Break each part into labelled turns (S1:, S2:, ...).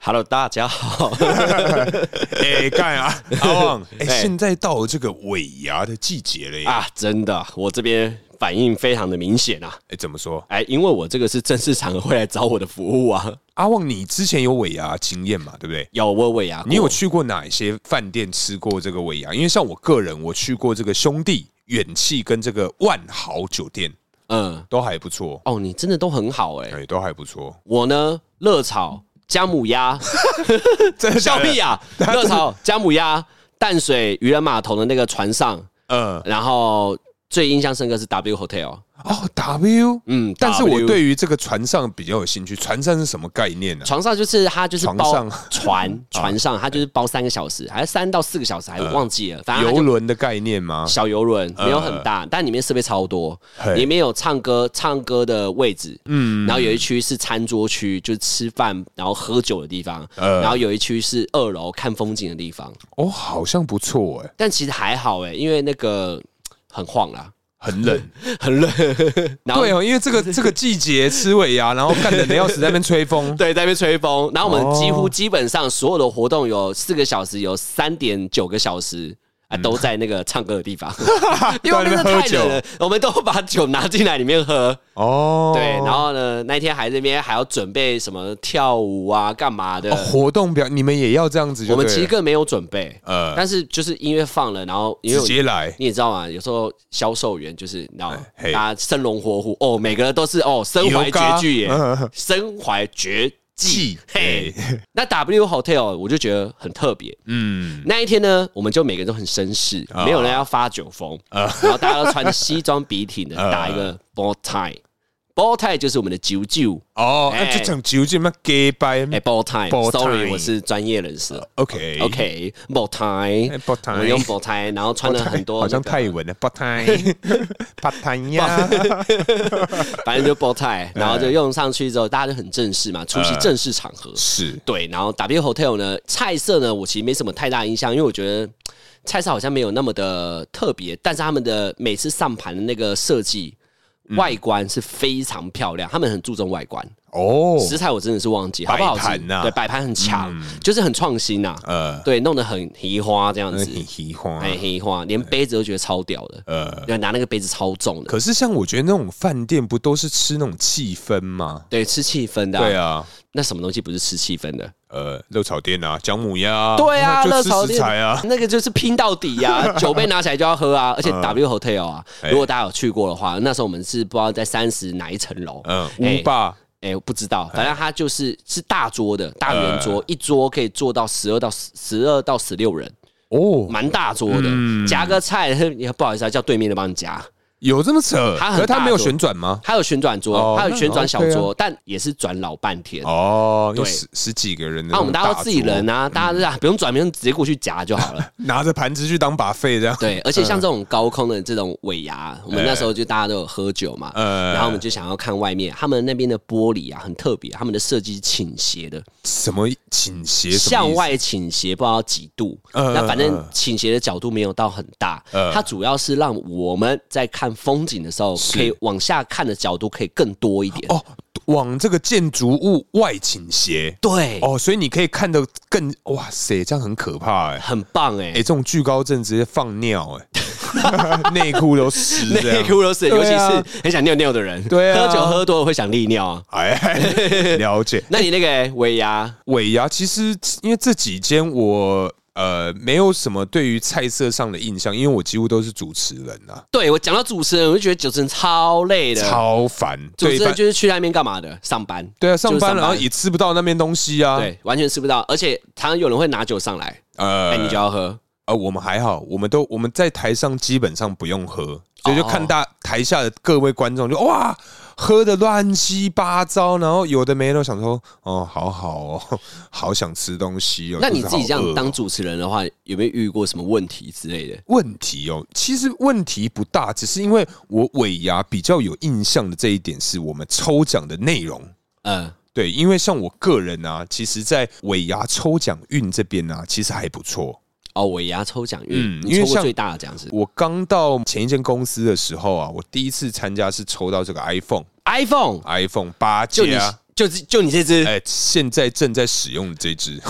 S1: Hello，大家 好。
S2: 哎，干啊， 阿旺，哎，
S1: 哎
S2: 现在到了这个尾牙的季节了耶！
S1: 啊，真的，我这边反应非常的明显啊！
S2: 哎，怎么说？
S1: 哎，因为我这个是正式场合会来找我的服务啊。
S2: 阿旺，你之前有尾牙经验嘛？对不对？
S1: 有我有尾牙过，
S2: 你有去过哪些饭店吃过这个尾牙？因为像我个人，我去过这个兄弟、远气跟这个万豪酒店，
S1: 嗯
S2: 都还不错，
S1: 哦，你真的都很好哎、
S2: 哎，都还不错。
S1: 我呢，热炒姜母 鸭，
S2: 真的假
S1: 笑
S2: 的
S1: 屁！呀、 啊！热炒姜母鸭，淡水渔人码头的那个船上，
S2: 嗯，
S1: 然后最印象深刻是 W Hotel。
S2: 哦，W，
S1: 嗯，
S2: 但是我
S1: W
S2: 对于这个船上比较有兴趣。船上是什么概念啊呢？
S1: 床上就是它就是包
S2: 床上 啊
S1: 船船上它就是包三个小时，还是三到四个小时，还
S2: 呃
S1: 是忘记了，反正它
S2: 游
S1: 就。
S2: 轮的概念吗？
S1: 小游轮没有很大，但里面设备超多，里面有唱歌唱歌的位置，嗯，然后有一区是餐桌区，就是吃饭然后喝酒的地方，然后有一区是二楼看风景的地方，
S2: 哦，好像不错哎，
S1: 但其实还好哎、因为那个很晃啦，
S2: 很冷。
S1: 很冷，然后
S2: 对哦，因为这个 这个季节吃尾牙，然后干冷的要死，在那边 吹风。
S1: 对，在那边吹风。然后我们几乎
S2: 哦
S1: 基本上所有的活动有四个小时，有三点九个小时。啊，都在那个唱歌的地方， 啊因为那个 太冷了，我们都把酒拿进来里面喝。
S2: 哦，
S1: 对，然后呢，那天还这边还要准备什么跳舞啊、干嘛的
S2: 哦。活动表你们也要这样子就
S1: 我
S2: 对
S1: 们
S2: 了，
S1: 其实根本没有准备，
S2: 呃
S1: 但是就是音乐放了，然后因为
S2: 直
S1: 我
S2: 接来，
S1: 你也知道嘛，有时候销售员就是你知道吗，
S2: 嘿
S1: 大家生龙活虎哦，每个人都是哦，身怀绝技耶
S2: 牛咖，
S1: 身怀绝技
S2: 技。
S1: 嘿，那 W Hotel 我就觉得很特别。
S2: 嗯，啊
S1: 那一天呢，我们就每个人都很绅士，没有人要发酒疯，然后大家都穿着西装笔挺
S2: 啊
S1: 的，打一个 ball tie。ball tie 就是我们的九九，
S2: 哦，
S1: 哎
S2: 那就讲究竟嘛 gay 拜
S1: 哎，ball
S2: Ball
S1: tie，sorry，
S2: tie
S1: 我是专业人士。
S2: ，OK
S1: OK，ball tie，
S2: 哎，ball tie
S1: 我们用 ball tie，然后穿了很多
S2: 好像
S1: 那个
S2: 泰文啊的 b 泰 b 泰呀，
S1: 反正就包
S2: 哎
S1: 菜，然后就用上去之后，大家就很正式嘛，出
S2: 嗯
S1: 席正式场合。
S2: 是
S1: 对，然后 W Hotel 呢，菜色呢，我其实没什么太大印象，因为我觉得菜色好像没有那么的特别，但是他们的每次上盘的那个设计。
S2: 嗯
S1: 外观是非常漂亮，他们很注重外观。
S2: 哦，
S1: 食材我真的是忘记好不好吃
S2: 摆盘，呐啊嗯
S1: 对，摆盘很强，就是很创新呐。
S2: 呃，嗯
S1: 对，弄得很奇花这样
S2: 那
S1: 子，
S2: 很喜欢，
S1: 哎，黑花，连杯子都觉得超屌的，
S2: 呃，
S1: 对，拿那个杯子超重的，
S2: 可是像我觉得那种饭店不都是吃那种气氛吗？
S1: 对，吃气氛的。
S2: 对啊，
S1: 那什么东西不是吃气氛的？
S2: 呃，热炒店啊，姜母鸭啊，
S1: 对啊，
S2: 就
S1: 热
S2: 吃
S1: 炒
S2: 食
S1: 店
S2: 材啊，
S1: 那个就是拼到底 呀、酒杯拿起来就要喝啊。而且 W Hotel 啊，
S2: 嗯哎
S1: 如果大家有去过的话，那时候我们是不知道在三十哪一层楼，
S2: 嗯，
S1: 哎
S2: 五霸
S1: 哎、我不知道，反正它就是是大桌的大圆桌，
S2: 嗯
S1: 一桌可以坐到十二到十二到十六人，
S2: 哦，
S1: 蛮大桌的，
S2: 嗯
S1: 夹个菜， 你不好意思啊，叫对面的帮你夹。
S2: 有这么扯？
S1: 它很
S2: 可是它
S1: 大
S2: 没有
S1: 桌
S2: 旋转吗？
S1: 还有旋转桌，
S2: 哦
S1: 还有旋转小
S2: 那很
S1: 桌，但也是转老半天。
S2: 哦，有
S1: 对
S2: 十十几个人的
S1: 那、
S2: 那
S1: 我
S2: 种
S1: 们
S2: 大
S1: 大
S2: 桌，
S1: 家都自己人啊，大家都是啊不用转，不用直接过去夹就好了。
S2: 拿着盘子去当把费这 样。
S1: 对，而且像这种高空的这种尾牙，
S2: 嗯
S1: 我们那时候就大家都有喝酒嘛，
S2: 呃
S1: 然后我们就想要看外面，他们那边的玻璃啊很特别，他们的设计是倾斜的，
S2: 什么倾斜什么意思
S1: 向外倾斜不知道几度，
S2: 呃
S1: 那反正倾斜的角度没有到很大，
S2: 嗯
S1: 它主要是让我们在看风景的时候，可以往下看的角度可以更多一点。
S2: 哦，往这个建筑物外倾斜
S1: 对，
S2: 哦，所以你可以看得更哇塞，这样很可怕哎、欸。
S1: 很棒哎、
S2: 哎、 这种惧高症直接放尿哎、 内裤都湿这
S1: 内
S2: 样。
S1: 裤都是，尤其
S2: 对啊
S1: 是很想尿尿的人，
S2: 对啊
S1: 喝酒喝多了会想利尿啊。
S2: 哎，了解。
S1: 那你那个尾牙，
S2: 尾牙其实因为这几间我呃没有什么对于菜色上的印象，因为我几乎都是主持人啊，
S1: 对我讲到主持人，我就觉得主持人超累的，
S2: 超烦。
S1: 啊主持
S2: 对
S1: 人
S2: 反
S1: 就是去那边干嘛的？上班。
S2: 对啊，上
S1: 就是
S2: 班然后也吃不到那边东西啊。
S1: 对，完全吃不到，而且常常有人会拿酒上来，
S2: 呃，
S1: 哎，你就要喝。
S2: 呃，我们还好，我们都我们在台上基本上不用喝，所以就
S1: 哦
S2: 看大台下的各位观众就哇。喝的乱七八糟，然后有的没的，想说哦，好好哦， 好想吃东西哦。
S1: 那你
S2: 肚
S1: 自
S2: 子好
S1: 己这
S2: 饿
S1: 样
S2: 哦
S1: 当主持人的话，有没有遇过什么问题之类的？
S2: 问题哦，其实问题不大，只是因为我尾牙比较有印象的这一点是我们抽奖的内容。
S1: 嗯，
S2: 对，因为像我个人啊，其实，在尾牙抽奖运这边啊，其实还不错。
S1: 哦，尾牙抽奖运，
S2: 嗯
S1: 你
S2: 因为
S1: 抽过
S2: 像
S1: 最大的奖是
S2: 我刚到前一间公司的时候啊，我第一次参加是抽到这个 iPhone，iPhone
S1: iPhone，
S2: 八
S1: 就你
S2: 加，
S1: 就是就你这只
S2: 哎，现在正在使用的这支，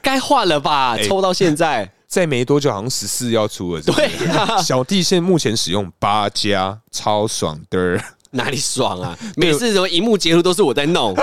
S1: 该换了吧？
S2: 哎
S1: 抽到现在，
S2: 再没多久好像十四要出了，是不是
S1: 对啊呀
S2: 小弟现目前使用八加，超爽的。
S1: 哪里爽 啊？每次什么荧幕截图都是我在弄，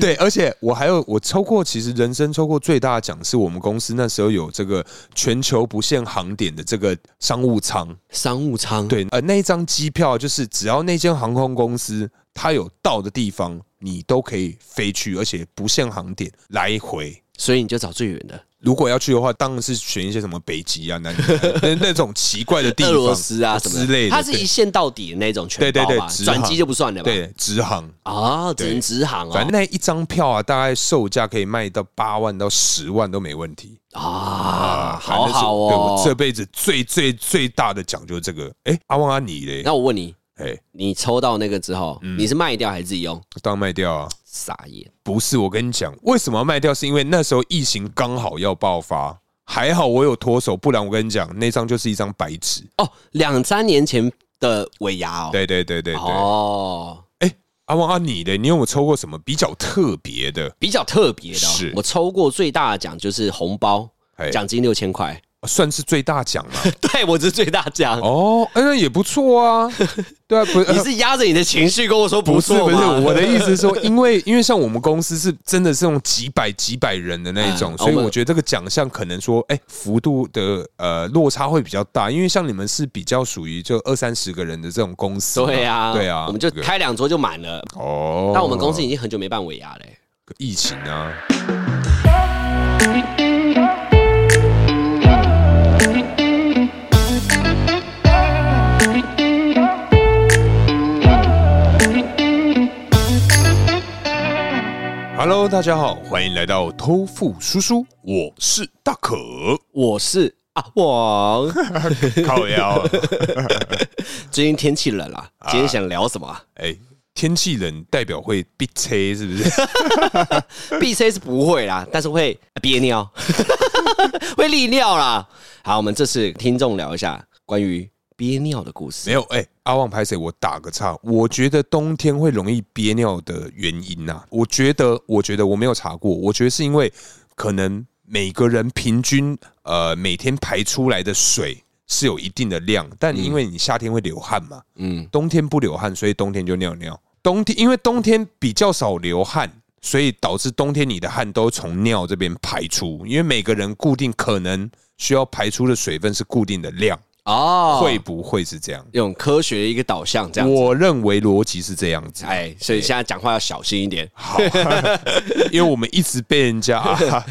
S2: 对，而且我还有我抽过，其实人生抽过最大的奖是我们公司那时候有这个全球不限航点的这个商务舱。
S1: 商务舱
S2: 对，呃，那一张机票就是只要那间航空公司它有到的地方，你都可以飞去，而且不限航点来回。
S1: 所以你就找最远的
S2: 如果要去的话，当然是选一些什么北极啊、南极啊那那种奇怪的地
S1: 俄
S2: 方，
S1: 罗斯啊什么
S2: 之类的，
S1: 它是
S2: 对
S1: 一线到底的那种全
S2: 对对
S1: 包
S2: 对
S1: 吧，
S2: 直
S1: 转
S2: 航
S1: 机就不算了吧？
S2: 对直航。
S1: 啊，只能
S2: 对
S1: 直航
S2: 反正
S1: 哦。
S2: 那一张票啊，大概售价可以卖到八万到十万都没问题
S1: 啊，
S2: 反
S1: 好
S2: 正是
S1: 好
S2: 对我这
S1: 哦。
S2: 辈子最最最大的奖就是这个。哎、阿旺阿你嘞？
S1: 那我问你，
S2: 哎、
S1: 你抽到那个之后，
S2: 嗯
S1: 你是卖掉还是自己用？
S2: 当然卖掉啊？
S1: 傻眼，
S2: 不是，我跟你讲，为什么要卖掉？是因为那时候疫情刚好要爆发，还好我有脱手，不然我跟你讲，那张就是一张白纸。
S1: 哦，两三年前的尾牙哦，
S2: 对对对对对。
S1: 哦，
S2: 阿旺阿你嘞？你有没有抽过什么比较特别的？
S1: 比较特别的哦、
S2: 是
S1: 我抽过最大的奖就是红包
S2: 哎，
S1: 奖金六千块，
S2: 算是最大奖了。
S1: 对我是最大奖。
S2: 哦，哎、那也不错啊。对啊，不 是。
S1: 你是压着你的情绪跟我说
S2: 不是
S1: 错
S2: 不
S1: 吗？
S2: 是，我的意思是说，因为因为像我们公司是真的是那种几百几百人的那一种，
S1: 嗯
S2: 所以
S1: 我们
S2: 我觉得这个奖项可能说，哎、幅度的呃落差会比较大，因为像你们是比较属于就二三十个人的这种公司嘛，
S1: 对啊，
S2: 对啊，
S1: 我们就
S2: 这个
S1: 开两桌就满了。
S2: 哦，
S1: 但我们公司已经很久没办尾牙嘞、
S2: 疫情啊，Hello，大家好，欢迎来到偷富叔叔，我是大 可，
S1: 我是啊， 王，
S2: 靠腰，
S1: 最近天气冷了，今天想聊什么、啊、
S2: 哎、天气冷代表会必吹是不是？
S1: ？B C 是不会啦，但是会呃憋尿， 会利尿啦。好，我们这次听众聊一下关于憋尿的故事
S2: 没。有，哎、阿旺拍谁？我打个岔，我觉得冬天会容易憋尿的原因呐、我觉得，我觉得我没有查过，我觉得是因为可能每个人平均呃每天排出来的水是有一定的量，但因为你夏天会流汗嘛，
S1: 嗯，
S2: 冬天不流汗，所以冬天就尿尿。冬天因为冬天比较少流汗，所以导致冬天你的汗都从尿这边排出，因为每个人固定可能需要排出的水分是固定的量，
S1: 哦，
S2: 会不会是这样？
S1: 用科学的一个导向这样子。
S2: 我认为逻辑是这样 子，
S1: 哎，所以现在讲话要小心一点，
S2: 好， 因为我们一直被 人家、 啊，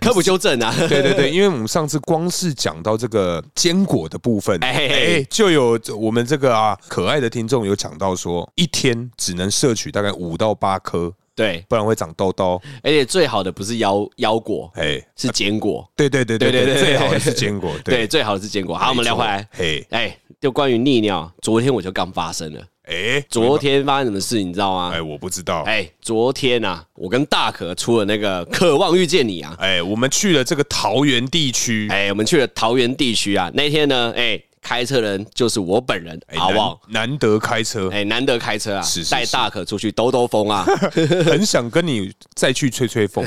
S1: 科普纠正 啊。
S2: 对对对，因为我们上次光是讲到这个坚果的部分，
S1: 哎
S2: 哎、就有我们这个啊可爱的听众有讲到说，一天只能摄取大概五到八颗，
S1: 对，
S2: 不然会长痘痘。
S1: 而且最好的不是腰腰果，
S2: 哎、
S1: 是坚果。
S2: 对对对
S1: 对
S2: 对
S1: 对
S2: 对
S1: 对
S2: 最好的是坚果，
S1: 哦对，
S2: 对，
S1: 最好的是坚果。好，我们聊回来。
S2: 嘿，
S1: 哎，就关于利尿，昨天我就刚发生了。
S2: 哎、
S1: 昨天发生什么事，你知道
S2: 哎、
S1: 吗？
S2: 我不知道，哎、
S1: 哎，昨天啊，我跟大可出了那个《渴望遇见你》啊。
S2: 哎我们去了这个桃园地区，
S1: 哎，我们去了桃园地区啊。那天呢，哎，开车人就是我本人，
S2: 哎
S1: 好不好？
S2: 难难得开车，
S1: 哎，难得开车啊
S2: 是，是
S1: 带大可出去兜兜风 啊。
S2: 很想跟你再去吹吹风。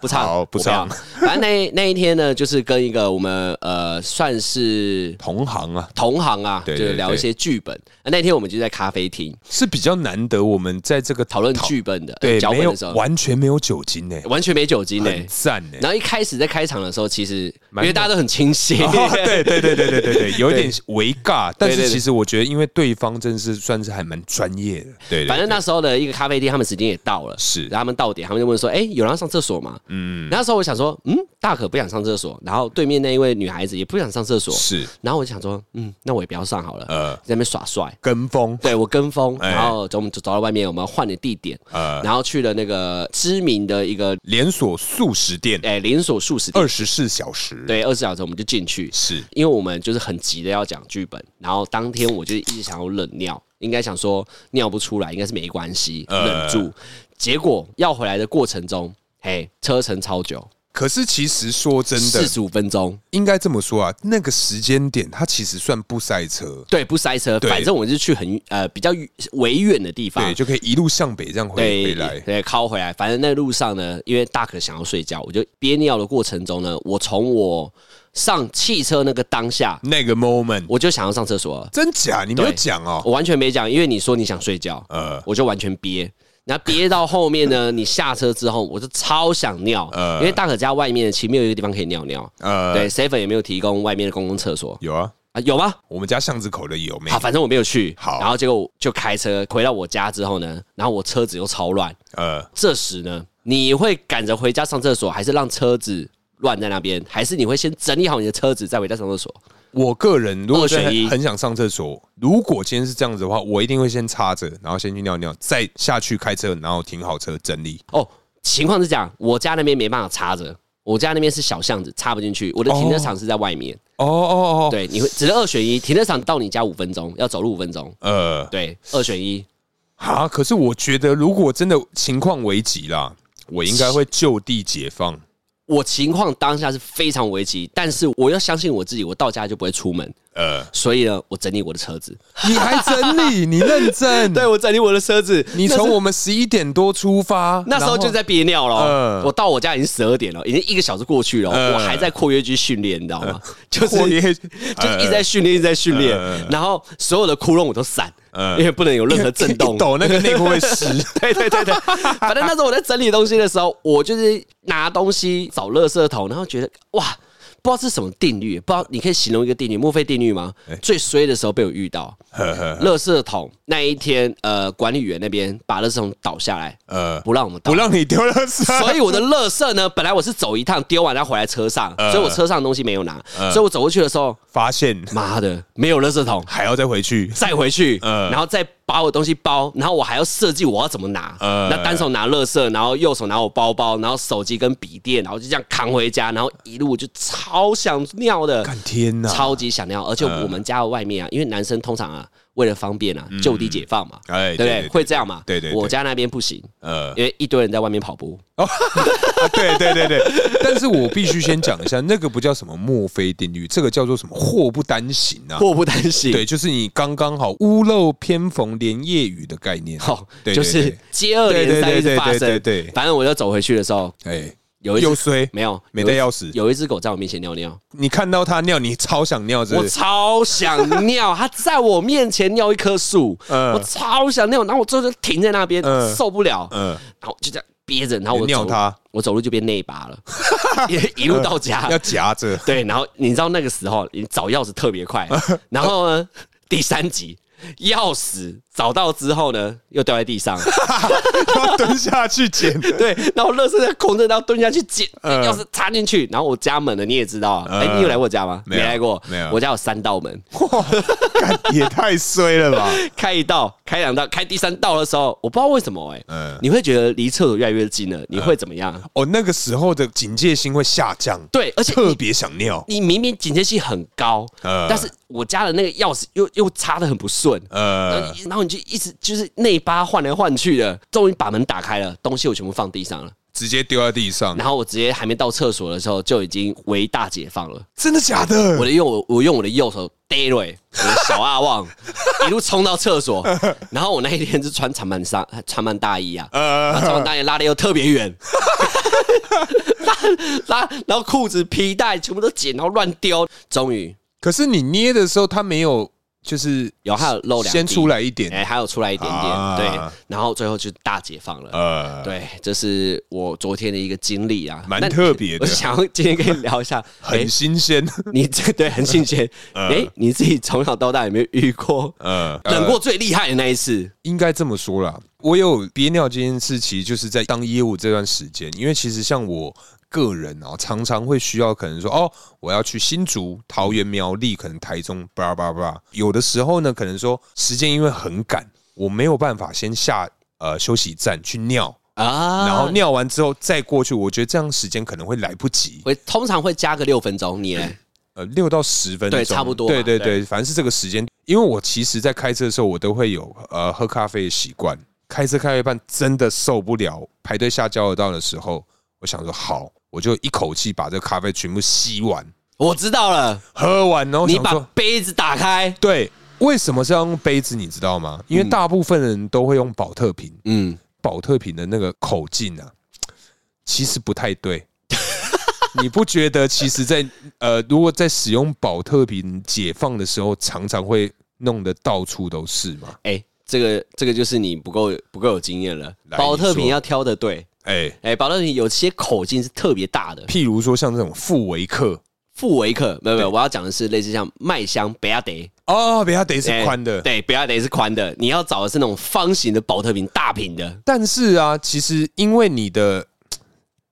S1: 不唱，
S2: 好
S1: 我
S2: 不
S1: 不要
S2: 唱
S1: 反正那那一天呢，就是跟一个我们呃算是
S2: 同行啊，
S1: 同行啊，
S2: 对
S1: 就
S2: 对
S1: 是聊一些剧本。那那天我们就在咖啡厅
S2: 是比较难得我们在这个
S1: 讨论剧本的
S2: 对
S1: 脚
S2: 没
S1: 本
S2: 有
S1: 的时候，
S2: 完全没有酒精呢、
S1: 完全没酒精呢、
S2: 很赞呢、
S1: 然后一开始在开场的时候，其实因
S2: 蛮
S1: 为大家都很清醒，
S2: 哦 对对对对对对对，有一点微尬，但
S1: 对
S2: 是
S1: 对
S2: 其实我觉得，因为对方真是算是还蛮专业的，对，对
S1: 反正那时候的一个咖啡厅，他们时间也到了，
S2: 是
S1: 然后他们到点，他们就问说：“哎、有人要上厕所吗？”嗯，那时候我想说，嗯，大可不想上厕所，然后对面那一位女孩子也不想上厕所，
S2: 是
S1: 然后我就想说，嗯，那我也不要上好了，
S2: 呃
S1: 在那边耍帅。
S2: 跟风，
S1: 对我跟风，
S2: 哎
S1: 然后我们就走到外面，我们换了地点，
S2: 呃，
S1: 然后去了那个知名的一个
S2: 连锁素食店，
S1: 诶连锁素食店
S2: 二，十四小时，，
S1: 对，二十小时我们就进去，
S2: 是
S1: 因为我们就是很急的要讲剧本，然后当天我就一直想要冷尿，应该想说尿不出来，应该是没关系，
S2: 呃
S1: 忍住。结果要回来的过程中，嘿，车程超久，
S2: 可是其实说真
S1: 四
S2: 的，
S1: 十五分钟，
S2: 应该这么说啊，那个时间点它其实算不塞车，
S1: 对，不塞车，
S2: 对
S1: 反正我是去很呃比较维远的地方
S2: 对，，就可以一路向北这样回回来。
S1: 对，靠回来。反正那路上呢，因为大可想要睡觉，我就憋尿的过程中呢，我从我上汽车那个当下，
S2: 那个 moment，
S1: 我就想要上厕所了，
S2: 真假你没有
S1: 对
S2: 讲哦，
S1: 我完全没讲，因为你说你想睡觉，
S2: 呃，
S1: 我就完全憋。然后憋到后面呢，你下车之后，我就超想尿，
S2: 呃
S1: 因为大可家外面其实没有一个地方可以尿尿，
S2: 呃
S1: 对，seven 也没有提供外面的公共厕所
S2: 有啊，
S1: 啊，有吗？
S2: 我们家巷子口的有没
S1: 好，？反正我没有去，
S2: 好
S1: 然后结果我就开车回到我家之后呢，然后我车子又超乱，
S2: 呃，
S1: 这时呢，你会赶着回家上厕所，还是让车子乱在那边，还是你会先整理好你的车子再回家上厕所？
S2: 我个人如果真的
S1: 二选一
S2: 很很想上厕所，如果今天是这样子的话，我一定会先插着，然后先去尿尿，再下去开车，然后停好车整理。
S1: 哦，情况是这样，我家那边没办法插着，我家那边是小巷子，插不进去，我的停车场是在外面。
S2: 哦哦哦，
S1: 对，你会只能二选一，停车场到你家五分钟，要走路五分钟。
S2: 呃，
S1: 对，二选一，
S2: 啊，可是我觉得如果真的情况危急啦，我应该会就地解放。
S1: 我情况当下是非常危急，但是我要相信我自己，我到家就不会出门，
S2: 呃，
S1: 所以呢，我整理我的车子。
S2: 你还整理？你认真？
S1: 对，我整理我的车子，
S2: 你从我们十一点多出发，
S1: 那时候
S2: 然后
S1: 就在憋尿了哦，
S2: 嗯
S1: 我到我家已经十二点了，已经一个小时过去了哦，
S2: 嗯
S1: 我还在括约肌训练，你知道吗？ 就是
S2: 我也
S1: 就是一直在训练，一直在训练
S2: 嗯，
S1: 然后所有的窟窿我都散，
S2: 嗯
S1: 因为不能有任何震动
S2: 一。抖那个内裤会湿。
S1: 对对对对，反正那时候我在整理东西的时候，我就是拿东西找垃圾桶，然后觉得哇，不知道是什么定律，不知道你可以形容一个定律，墨菲定律吗？最衰的时候被我遇到，
S2: 哎呵呵
S1: 垃圾桶那一天，呃，管理员那边把垃圾桶倒下来，
S2: 呃，
S1: 不让我们倒
S2: 不。让你丢垃圾，
S1: 所以我的垃圾呢，本来我是走一趟丢完，然后回来车上，
S2: 呃
S1: 所以我车上东西没有拿，所以我走过去的时候，
S2: 发现
S1: 妈的，没有垃圾桶，
S2: 还要再回去。
S1: 再回去，
S2: 嗯
S1: 然后再把我东西包，然后我还要设计我要怎么拿，
S2: 嗯
S1: 那单手拿垃圾，然后右手拿我包包，然后手机跟笔电，然后就这样扛回家，然后一路就超想尿的，
S2: 干啊天呐！
S1: 超级想尿，而且我们家外
S2: 嗯
S1: 面啊，因为男生通常啊，为了方便啊，就地解放嘛，对
S2: 哎
S1: 不
S2: 对
S1: 对
S2: 对？
S1: 会这样嘛？
S2: 对对对
S1: 我家那边不行，
S2: 呃，
S1: 因为一堆人在外面跑步，
S2: 啊对对对对，但是我必须先讲一下，那个不叫什么墨菲定律，这个叫做什么祸不单行啊。
S1: 祸不单行。
S2: 对，就是你刚刚好屋漏偏逢连夜雨的概念。
S1: 好，哦
S2: 对对
S1: 就是
S2: 对
S1: 接二连三一直发生。
S2: 对对对对对
S1: 反正我就走回去的时候，
S2: 哎，
S1: 有一
S2: 又
S1: 只
S2: 衰，
S1: 没有
S2: 没
S1: 有一
S2: 带钥匙
S1: 有一只狗在我面前尿尿，
S2: 你看到他尿，你超想尿，是不
S1: 我
S2: 是？
S1: 超想尿，它在我面前尿一棵树，
S2: 嗯
S1: 我超想尿，然后我最后就停在那边
S2: 嗯，
S1: 受不了，
S2: 嗯，
S1: 然后就这样憋着，然后我
S2: 尿
S1: 走路
S2: 它，
S1: 我走路就变内八 了，一一路到家
S2: 要，夹着。
S1: 对，然后你知道那个时候你找钥匙特别快，
S2: 嗯
S1: 然后呢，第三集钥匙找到之后呢，又掉在地 上。
S2: 要蹲下去捡。
S1: 对，然后乐色在空着，然后蹲下去捡，
S2: 嗯
S1: 钥匙插进去，然后我家门了，你也知道啊，哎、
S2: 嗯
S1: 你有来过我家吗？
S2: 没有
S1: 来过，
S2: 没有
S1: 我家有三道门，
S2: 哇，干也太衰了吧！
S1: 开一道，开两道，开第三道的时候，我不知道为什么、哎、
S2: 嗯，
S1: 你会觉得离厕所越来越近了，你会怎么样？
S2: 哦，那个时候的警戒心会下降，
S1: 对，而且
S2: 特别想尿。
S1: 你明明警戒性很高，
S2: 嗯
S1: 但是我家的那个钥匙又又插的很不顺。然后
S2: 呃，
S1: 你然后你就一直就是内八换来换去的，终于把门打开了，东西我全部放地上了。
S2: 直接丢在地上，
S1: 然后我直接还没到厕所的时候，就已经为大解放了。
S2: 真的假
S1: 我
S2: 的？
S1: 的用我我用我的右手逮了我的小阿 旺，一路冲到厕所，然后我那一天是穿长版衫、长版大衣啊，然后
S2: 呃，
S1: 长版大衣拉的又特别远，拉拉，然后裤子皮带全部都剪，然后乱丢，终于
S2: 可是你捏的时候，它没有，就是
S1: 有还有漏两滴
S2: 先出来一
S1: 哎、
S2: 点。
S1: 还有出来一点点，
S2: 啊
S1: 对，然后最后就大解放了。
S2: 呃，
S1: 对，这是我昨天的一个经历啊，
S2: 蛮
S1: 那
S2: 特别的
S1: 我想要今天跟你聊一下，哎
S2: 很，新鲜。
S1: 你这对很新鲜。哎，你自己从小到大有没有遇过
S2: 呃，
S1: 哎冷过最厉害的那一次，
S2: 应该这么说啦，我有憋尿这件事，其实就是在当业务这段时间，因为其实像我个人啊，常常会需要可能说，哦，我要去新竹、桃园、苗栗，可能台中，巴拉巴拉巴拉。有的时候呢，可能说时间因为很赶，我没有办法先下呃休息站去尿，
S1: 啊，
S2: 然后尿完之后再过去，我觉得这样时间可能会来不及，
S1: 会通常会加个六分钟，你 嘞？
S2: 呃，六到十分钟，
S1: 对差不多嘛
S2: 对对
S1: 对
S2: 对，反正是这个时间。因为我其实，在开车的时候，我都会有呃喝咖啡的习惯。开车开到一半真的受不了，排队下交流道的时候，我想说好，我就一口气把这咖啡全部吸完、
S1: 我知道了，
S2: 喝完，然后
S1: 你
S2: 想
S1: 把
S2: 说，
S1: 杯子打开，
S2: 对，为什么是要用杯子？你知道吗？因为大部分人都会用保特瓶，
S1: 嗯，
S2: 保特瓶的那个口径啊，其实不太对。 你不觉得？其实在，呃，如果在使用保特瓶解放的时候，常常会弄得到处都是吗？
S1: 哎、这个这个就是你不够不够有经验了。
S2: 来
S1: 保特
S2: 你
S1: 瓶
S2: 说
S1: 要挑的对，
S2: 哎、
S1: 哎、保特瓶有些口径是特别大的。
S2: 譬如说像这种富维克
S1: 富维克，没有没有，我要讲的是类似像麦香北亚得，
S2: 哦，不要得是
S1: 哎
S2: 宽的，
S1: 对，北亚得是宽的，你要找的是那种方形的保特瓶，大瓶的。
S2: 但是啊，其实因为你的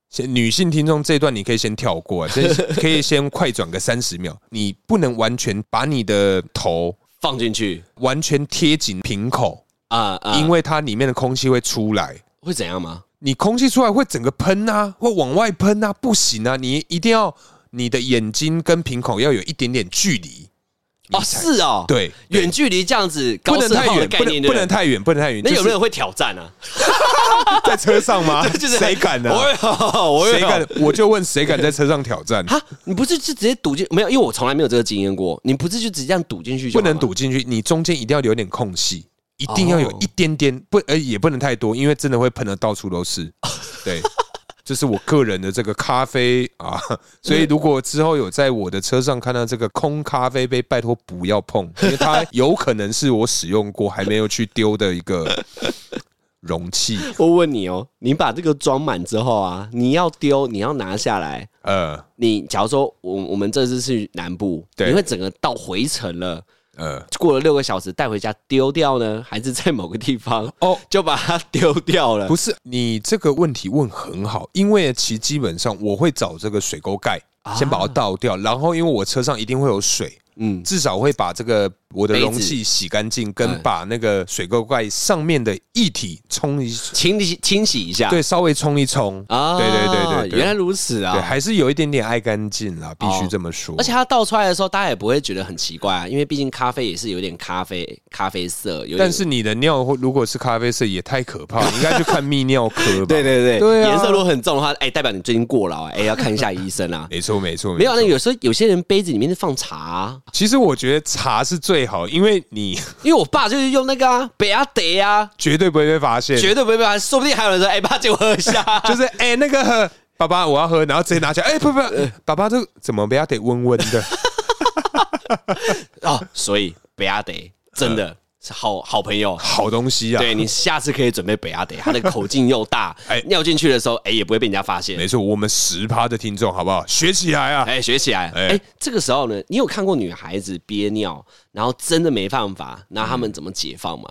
S2: 先女性听众这一段，你可以先跳过、啊，先 可以先快转个三十秒。你不能完全把你的头
S1: 放进去
S2: 完全贴紧瓶口，
S1: 啊啊、
S2: 因为它里面的空气会出来。
S1: 会怎样吗？
S2: 你空气出来会整个喷啊，会往外喷啊，不行啊！你一定要你的眼睛跟瓶口要有一点点距离，
S1: 哦，是哦，，
S2: 对，
S1: 远距离这样子，
S2: 不
S1: 高
S2: 能
S1: 射
S2: 太
S1: 炮的
S2: 远，
S1: 概
S2: 不
S1: 念
S2: 能不能
S1: 对对
S2: 太远，不能太远。
S1: 那有没有人
S2: 就是
S1: 会挑战啊？
S2: 在车上吗？
S1: 就是
S2: 谁敢呢、
S1: 我有，我有，
S2: 啊谁敢？我就问谁敢在车上 挑战？
S1: 哈，你不是就直接堵进？没有，因为我从来没有这个经验过。你不是就直接这样堵进去就
S2: 不
S1: 好吗？
S2: 能堵进去，你中间一定要留点空隙，一定要有
S1: 哦
S2: 一点点，不呃也不能太多，因为真的会喷的到处 都是。对，这是我个人的这个咖啡 啊，所以如果之后有在我的车上看到这个空咖啡杯，拜托不要碰，因为它有可能是我使用过还没有去丢的一个容器。
S1: 我问你哦，你把这个装满之后啊，你要丢，你要拿下来。
S2: 呃
S1: 你假如说我我们这次去南部，
S2: 对
S1: 你会整个到回程了，
S2: 呃，
S1: 过了六个小时带回家丢掉呢，还是在某个地方
S2: 哦，
S1: 就把它丢掉了？
S2: 不是，你这个问题问很好，因为其实基本上我会找这个水沟盖。
S1: 啊
S2: 先把它倒掉，然后因为我车上一定会有水，
S1: 嗯，
S2: 至少会把这个我的
S1: 杯子
S2: 容器洗干净，跟
S1: 嗯
S2: 把那个水沟盖上面的液体冲一，
S1: 清理清洗一下。
S2: 对，稍微冲一冲。
S1: 啊，
S2: 对对对对对
S1: 原来如此
S2: 对，
S1: 啊！哦
S2: 还是有一点点爱干净啦，必须这么说。
S1: 而且它倒出来的时候，大家也不会觉得很奇怪啊，因为毕竟咖啡也是有点咖啡咖啡色，有点
S2: 但是你的尿会如果是咖啡色，也太可怕， 你应该去看泌尿科吧？
S1: 对对对，
S2: 对啊。
S1: 颜色如果很重的话，哎、代表你最近过劳、啊，哎、要看一下医生啊
S2: 没错没错，
S1: 没有，那
S2: 错。
S1: 有时候有些人杯子里面是放茶啊、
S2: 其实我觉得茶是最好，因为你
S1: 因为我爸就是用那个啊，北阿得啊，
S2: 绝对不会被发现。
S1: 绝对不会被他，说不定还有人说，哎、爸借我喝一下，
S2: 就是哎、那个喝爸爸我要喝，然后直接拿起来，哎、不不，
S1: 呃
S2: 爸爸这个怎么不要得温 温的？
S1: 哦，所以北阿得真的是好好朋友。
S2: 好东西啊！
S1: 对你下次可以准备北阿得，它的口径又大，
S2: 哎
S1: 尿进去的时候，哎、也不会被人家发现。
S2: 没错，我们十趴的听众，好不好？学起来啊！
S1: 哎、学起来！
S2: 哎
S1: 哎、这个时候呢，你有看过女孩子憋尿，然后真的没办法，那他
S2: 嗯
S1: 们怎么解放吗？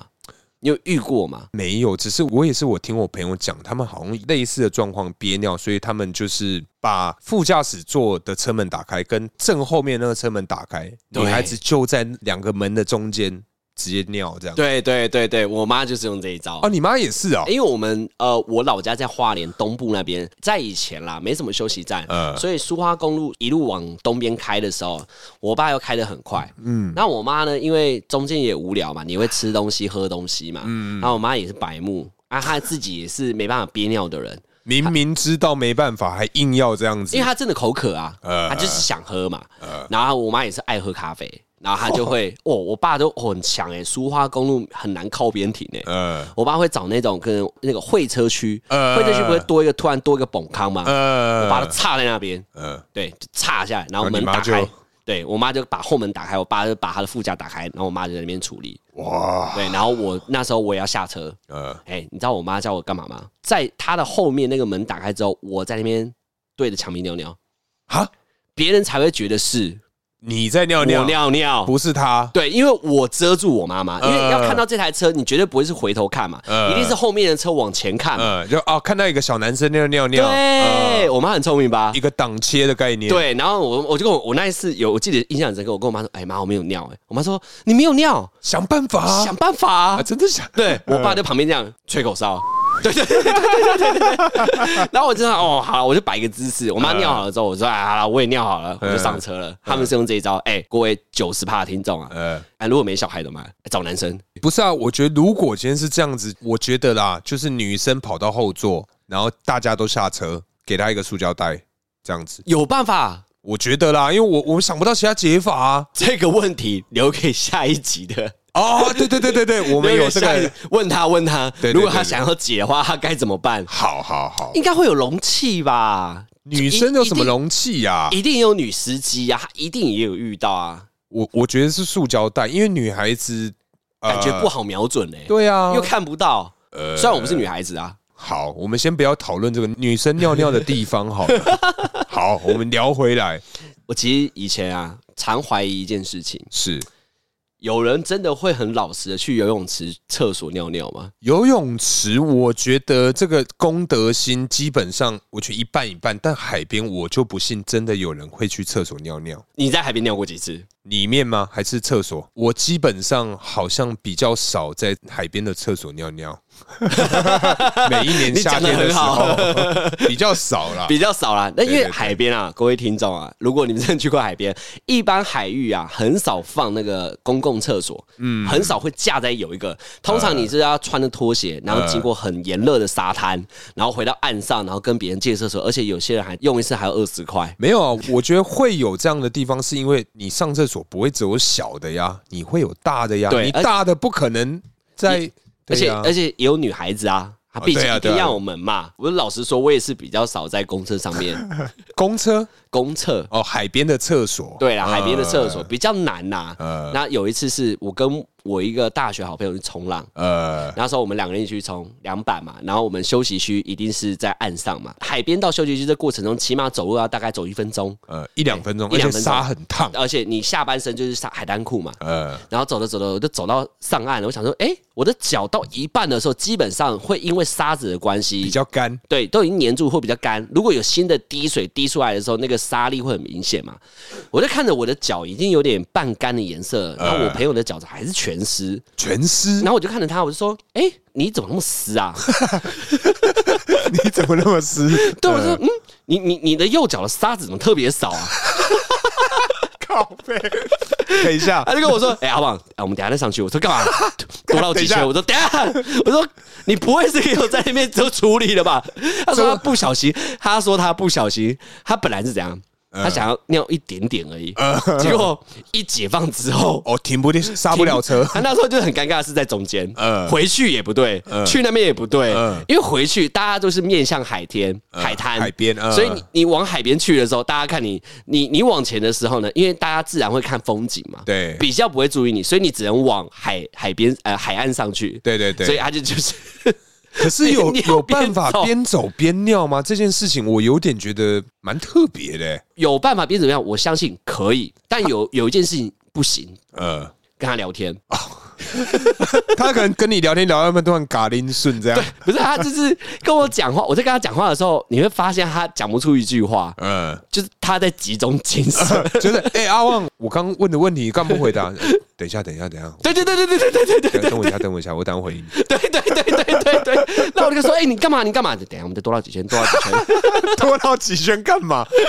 S1: 你有遇过吗？
S2: 没有，只是我也是我听我朋友讲，他们好像类似的状况憋尿，所以他们就是把副驾驶座的车门打开，跟正后面那个车门打开，
S1: 对
S2: 女孩子就在两个门的中间直接尿这样。
S1: 对对对对，我妈就是用这一招。
S2: 哦，你妈也是哦。
S1: 因为我们呃，我老家在花莲东部那边，在以前啦，没什么休息站，
S2: 嗯
S1: 所以苏花公路一路往东边开的时候，我爸又开得很快，嗯，那我妈呢，因为中间也无聊嘛，你会吃东西、喝东西嘛，嗯，然后我妈也是白目啊，她自己也是没办法憋尿的人，
S2: 明明知道没办法，还硬要这样子
S1: 因为，她真的口渴啊，
S2: 呃
S1: 她就是想喝嘛，然后我妈也是爱喝咖啡，然后她就会，嗯哦，我爸都、哦很强哎、欸，苏花公路很难靠边停哎、
S2: 呃
S1: 我爸会找那种跟那个会车区，
S2: 呃
S1: 会车区不会多一个突然多一个崩康吗？
S2: 呃，
S1: 我爸就插在那边，
S2: 呃，
S1: 对，就插下来，然后
S2: 然后
S1: 门
S2: 你妈
S1: 打开
S2: 就，
S1: 对我妈就把后门打开，我爸就把他的副驾打开，然后我妈就在那边处理，
S2: 哇，
S1: 对，然后我那时候我也要下车，
S2: 呃，
S1: 哎，你知道我妈叫我干嘛吗？在她的后面那个门打开之后，我在那边对着墙壁尿尿，
S2: 哈，
S1: 别人才会觉得是
S2: 你在尿
S1: 我
S2: 尿，
S1: 尿尿，
S2: 不是他，
S1: 对，因为我遮住我妈妈，因为要看到这台车，你绝对不会是回头看嘛，
S2: 呃
S1: 一定是后面的车往前看嘛。
S2: 呃，就哦，看到一个小男生尿尿尿，呃
S1: 对，我妈很聪明吧
S2: 一？个挡切的概念，
S1: 对，然后我我就跟我我那一次有，我记得印象很深刻，我跟我妈说：“哎妈，我没有尿。”哎，我妈说：“你没有尿，
S2: 想办法啊，
S1: 想办法啊
S2: 啊，真的想，
S1: 对我爸在旁边这样吹口哨。对对对对对对对对，然后我就说哦好，我就摆一个姿势。我妈尿好了之后，我说哎好了，我也尿好了，我就上车
S2: 嗯
S1: 了。他们是用这一招，哎，各位九十趴的听众啊，
S2: 呃，
S1: 哎，如果没小孩的嘛，哎找男生，
S2: 不是啊，我觉得如果今天是这样子，我觉得啦，就是女生跑到后座，然后大家都下车，给她一个塑胶袋，这样子。
S1: 有办法。
S2: 我觉得啦，因为我我想不到其他解法啊。
S1: 这个问题留给下一集的，
S2: 哦，对对对对对， 我
S1: 我
S2: 们有这个，
S1: 问他问他，
S2: 对对对
S1: 如果他想要解的话，他该怎么办？
S2: 好好好。
S1: 应该会有容器吧？
S2: 女生有什么容器呀、啊？
S1: 一定有女司机啊，她一定也有遇到啊，
S2: 我我觉得是塑胶袋，因为女孩子、呃
S1: 感觉不。好瞄准嘞、
S2: 对啊
S1: 又，看不到。虽然我们是女孩子啊，
S2: 好，我们先不要讨论这个女生尿尿的地方好了。 好，我们聊回来，
S1: 我其实以前啊，常怀疑一件事情：
S2: 是
S1: 有人真的会很老实的去游泳池、厕所尿尿吗？
S2: 游泳池，我觉得这个公德心基本上我觉得一半一半，但海边我就不信真的有人会去厕所尿尿。
S1: 你在海边尿过几次？
S2: 里面吗？还是厕所？我基本上好像比较少在海边的厕所 尿尿，每一年夏天的时
S1: 你讲
S2: 候 比较少啦。
S1: 比较少啦。那因
S2: 对
S1: 为
S2: 对对
S1: 海边啊，各位听众啊，如果你们真的去过海边， 一般海域啊很少放那个公共厕所，嗯，很少会架在有一个。通常你是要穿着拖鞋，
S2: 嗯
S1: 然后经过很炎热的沙滩，然后回到岸上，然后跟别人借厕所，而且有些人还用一次还要二十块。
S2: 没有啊，我觉得会有这样的地方，是因为你上厕所不会只有小的呀，你会有大的呀。
S1: 对
S2: 你
S1: 而
S2: 大的不可能在，
S1: 而且、
S2: 对啊
S1: 而且也有女孩子啊，她毕竟
S2: 对啊
S1: 一
S2: 对啊
S1: 定要有门嘛。我老实说，我也是比较少在公厕上面
S2: 公车
S1: 公厕。
S2: 哦，海边的厕所，
S1: 对啦，海边的厕所
S2: 呃
S1: 比较难呐、
S2: 呃
S1: 那有一次是我跟我一个大学好朋友去冲浪，
S2: 呃，
S1: 那时候我们两个人一起去冲两板嘛，然后我们休息区一定是在岸上嘛，海边到休息区这过程中，起码走路要大概走一分钟，
S2: 呃，一两分钟，
S1: 一
S2: 而且
S1: 两分钟
S2: 沙很烫，
S1: 而且你下半身就是上海滩裤嘛，
S2: 呃，
S1: 然后走着走着我就走到上岸了，我想说，哎，我的脚到一半的时候，基本上会因为沙子的关
S2: 比
S1: 系。
S2: 较干，
S1: 对，都已经粘住，会比较干。如果有新的滴水滴出来的时候，那个沙粒会很明显嘛。我就看着我的脚已经有点半干的颜色了，然
S2: 嗯
S1: 后我朋友的脚还是全湿，
S2: 全湿
S1: 然。后我就看着他，我就说：“哎、你怎么那么湿啊？”
S2: 你怎么那么湿？
S1: 对，我说，嗯，你你你的右脚的沙子怎么特别少 啊？
S2: 呃靠 背。等一下，
S1: 他就跟我说， 哎、阿旺，哎，我们等一下再上去。我 说干嘛？多绕几
S2: 等一下
S1: 圈？我说等一下， 我说你不会是有在那边就处理了 吧？他说他不小心，他说他不小心，他本来是怎样？他想要尿一点点而已，结果一解放之后。
S2: 哦，停不停，刹不了车。
S1: 他那时候就很尴尬，是在中间，
S2: 嗯
S1: 回去也不对，去那边也不对
S2: 嗯，
S1: 因为回去大家都是面向海天、
S2: 嗯
S1: 海滩、
S2: 海边嗯
S1: 所以你你往海边去的时候，大家看你，你你往前的时候呢，因为大家自然会看风景嘛，
S2: 对
S1: 比较不会注意你，所以你只能往海海边呃海岸上去，
S2: 对对
S1: 所以
S2: 对，
S1: 他就就是
S2: 可 是有
S1: 边尿
S2: 有办
S1: 边
S2: 法
S1: 走
S2: 边走边尿吗？这件事情我有点觉得蛮特别的、
S1: 有办法边怎么样，我相信可以，但有有一件事情不行，
S2: 呃，
S1: 跟他聊天，
S2: 他可能跟你聊天聊到一半，突然嘎铃顺这样。
S1: 不是他就是跟我讲话，我在跟他讲话的时候，你会发现他讲不出一句话，
S2: 嗯，
S1: 就是他在集中精神。
S2: 就是哎、阿旺，我刚问的问题干不 回答？呃等一下，等一下，等一下，
S1: 对对对对对对对对
S2: 等等我一下，等我一下，我等下回应 你。
S1: 对对对对对对。那我就说，哎、你干嘛？你干嘛？等一下，我们再多绕几圈，多绕几圈。
S2: 多绕几圈干嘛？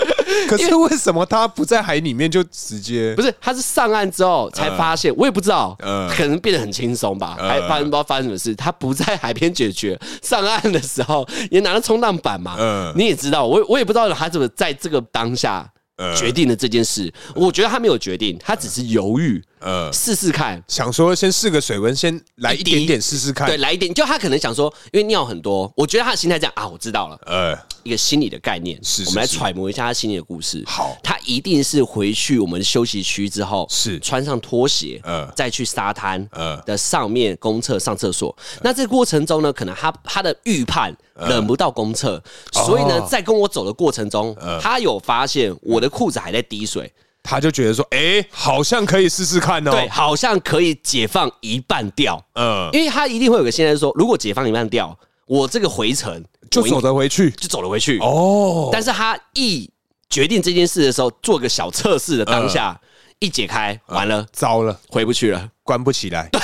S2: 可是为什么他不在海里面就直接
S1: 不？是，他是上岸之后才发现，我也不知道，
S2: 嗯
S1: 可能变得很轻松吧。还发生不知道发生什么事，他不在海边解决，上岸的时候也拿了冲浪板嘛。
S2: 嗯
S1: 你也知道，我我也不知道他怎么在这个当下
S2: 嗯
S1: 决定了这件事。我觉得他没有决定，他只是犹豫，
S2: 呃，
S1: 试试看。
S2: 想说先试个水温，先来一点点试试看
S1: 对，。来一点，就他可能想说，因为尿很多，我觉得他的心态这样啊，我知道了，
S2: 呃，
S1: 一个心理的概念，
S2: 是是
S1: 我们来
S2: 是
S1: 揣摩一下他心里的故事。
S2: 好
S1: 他一定是回去我们休息区之后，
S2: 是
S1: 穿上拖鞋，
S2: 呃
S1: 再去沙滩，
S2: 呃
S1: 的上面公厕上厕所。
S2: 嗯
S1: 那这个过程中呢，可能他他的预判忍不到公厕，所以呢
S2: 哦，嗯
S1: 在跟我走的过程中，他有发现我的裤子还在滴水，
S2: 他就觉得说，哎、好像可以试试看哦。
S1: 对，，好像可以解放一半掉，
S2: 呃，
S1: 因为他一定会有个现在说，如果解放一半掉，我这个回程
S2: 就
S1: 我应
S2: 走得回去。
S1: 就走了回去。
S2: 哦，
S1: 但是他一决定这件事的时候，做个小测试的当下，
S2: 嗯
S1: 一解开，完了，
S2: 糟了，
S1: 回不去了。
S2: 关不起来。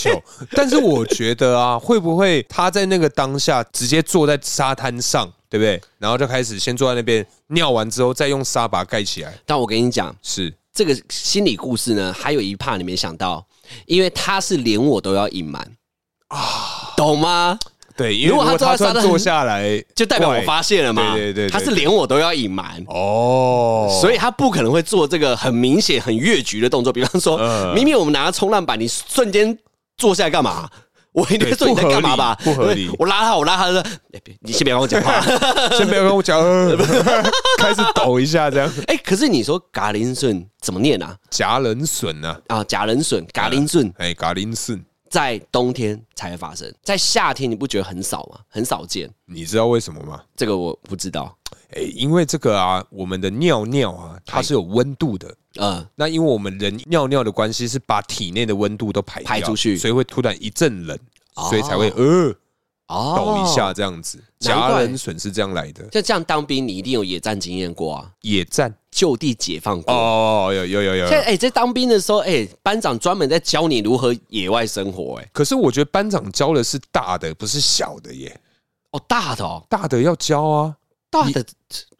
S2: 糗但是我觉得啊， 会不会他在那个当下直接坐在沙滩上，对不对？然后就开始先坐在那边尿完之后，再用沙把它盖起来。
S1: 但我跟你讲，
S2: 是，
S1: 这个心理故事呢，还有一 part 你没想到，因为他是连我都要隐瞒啊，懂吗？
S2: 对，因为
S1: 如
S2: 如
S1: 果他
S2: 果他
S1: 坐在沙
S2: 突然
S1: 滩
S2: 坐下来，
S1: 就代表我
S2: 怪
S1: 发现了嘛。
S2: 对对对对
S1: 他是连我都要隐瞒。
S2: 哦，
S1: 所以他不可能会做这个很明显、很越局的动作，比方说，
S2: 嗯
S1: 明明我们拿冲浪板，你瞬间坐下来干嘛？我一定会说你在干嘛吧？
S2: 对不合理不合理
S1: 我拉他，我拉他，他说：“哎别你先别跟我讲话。
S2: 先不要跟我讲，呃 开始抖一下这样。”
S1: 哎，可是你说嘎林顺怎么念啊？
S2: 夹人笋啊，
S1: 啊，假人笋，嘎林顺
S2: 哎，嘎林笋，
S1: 在冬天才会发生，在夏天你不觉得很少吗？很少见，
S2: 你知道为什么吗？
S1: 这个我不知道。
S2: 哎，因为这个啊，我们的尿尿啊，它是有温度的。
S1: 呃，
S2: 那因为我们人尿尿的关系，是把体内的温度都排掉
S1: 排出去
S2: 所以会突然一阵冷，
S1: 哦
S2: 所以才会呃
S1: 哦，
S2: 抖一下这样子。
S1: 难怪
S2: 夹人笋是这样来的。
S1: 像这样当兵，你一定有野战经验过啊，
S2: 野战
S1: 就地解放过。
S2: 哦，有有有有
S1: 现在
S2: 有。
S1: 哎、在当兵的时候，哎、班长专门在教你如何野外生活、哎，
S2: 可是我觉得班长教的是大的，不是小的耶。
S1: 哦，大的哦，
S2: 大的要教啊，
S1: 大的，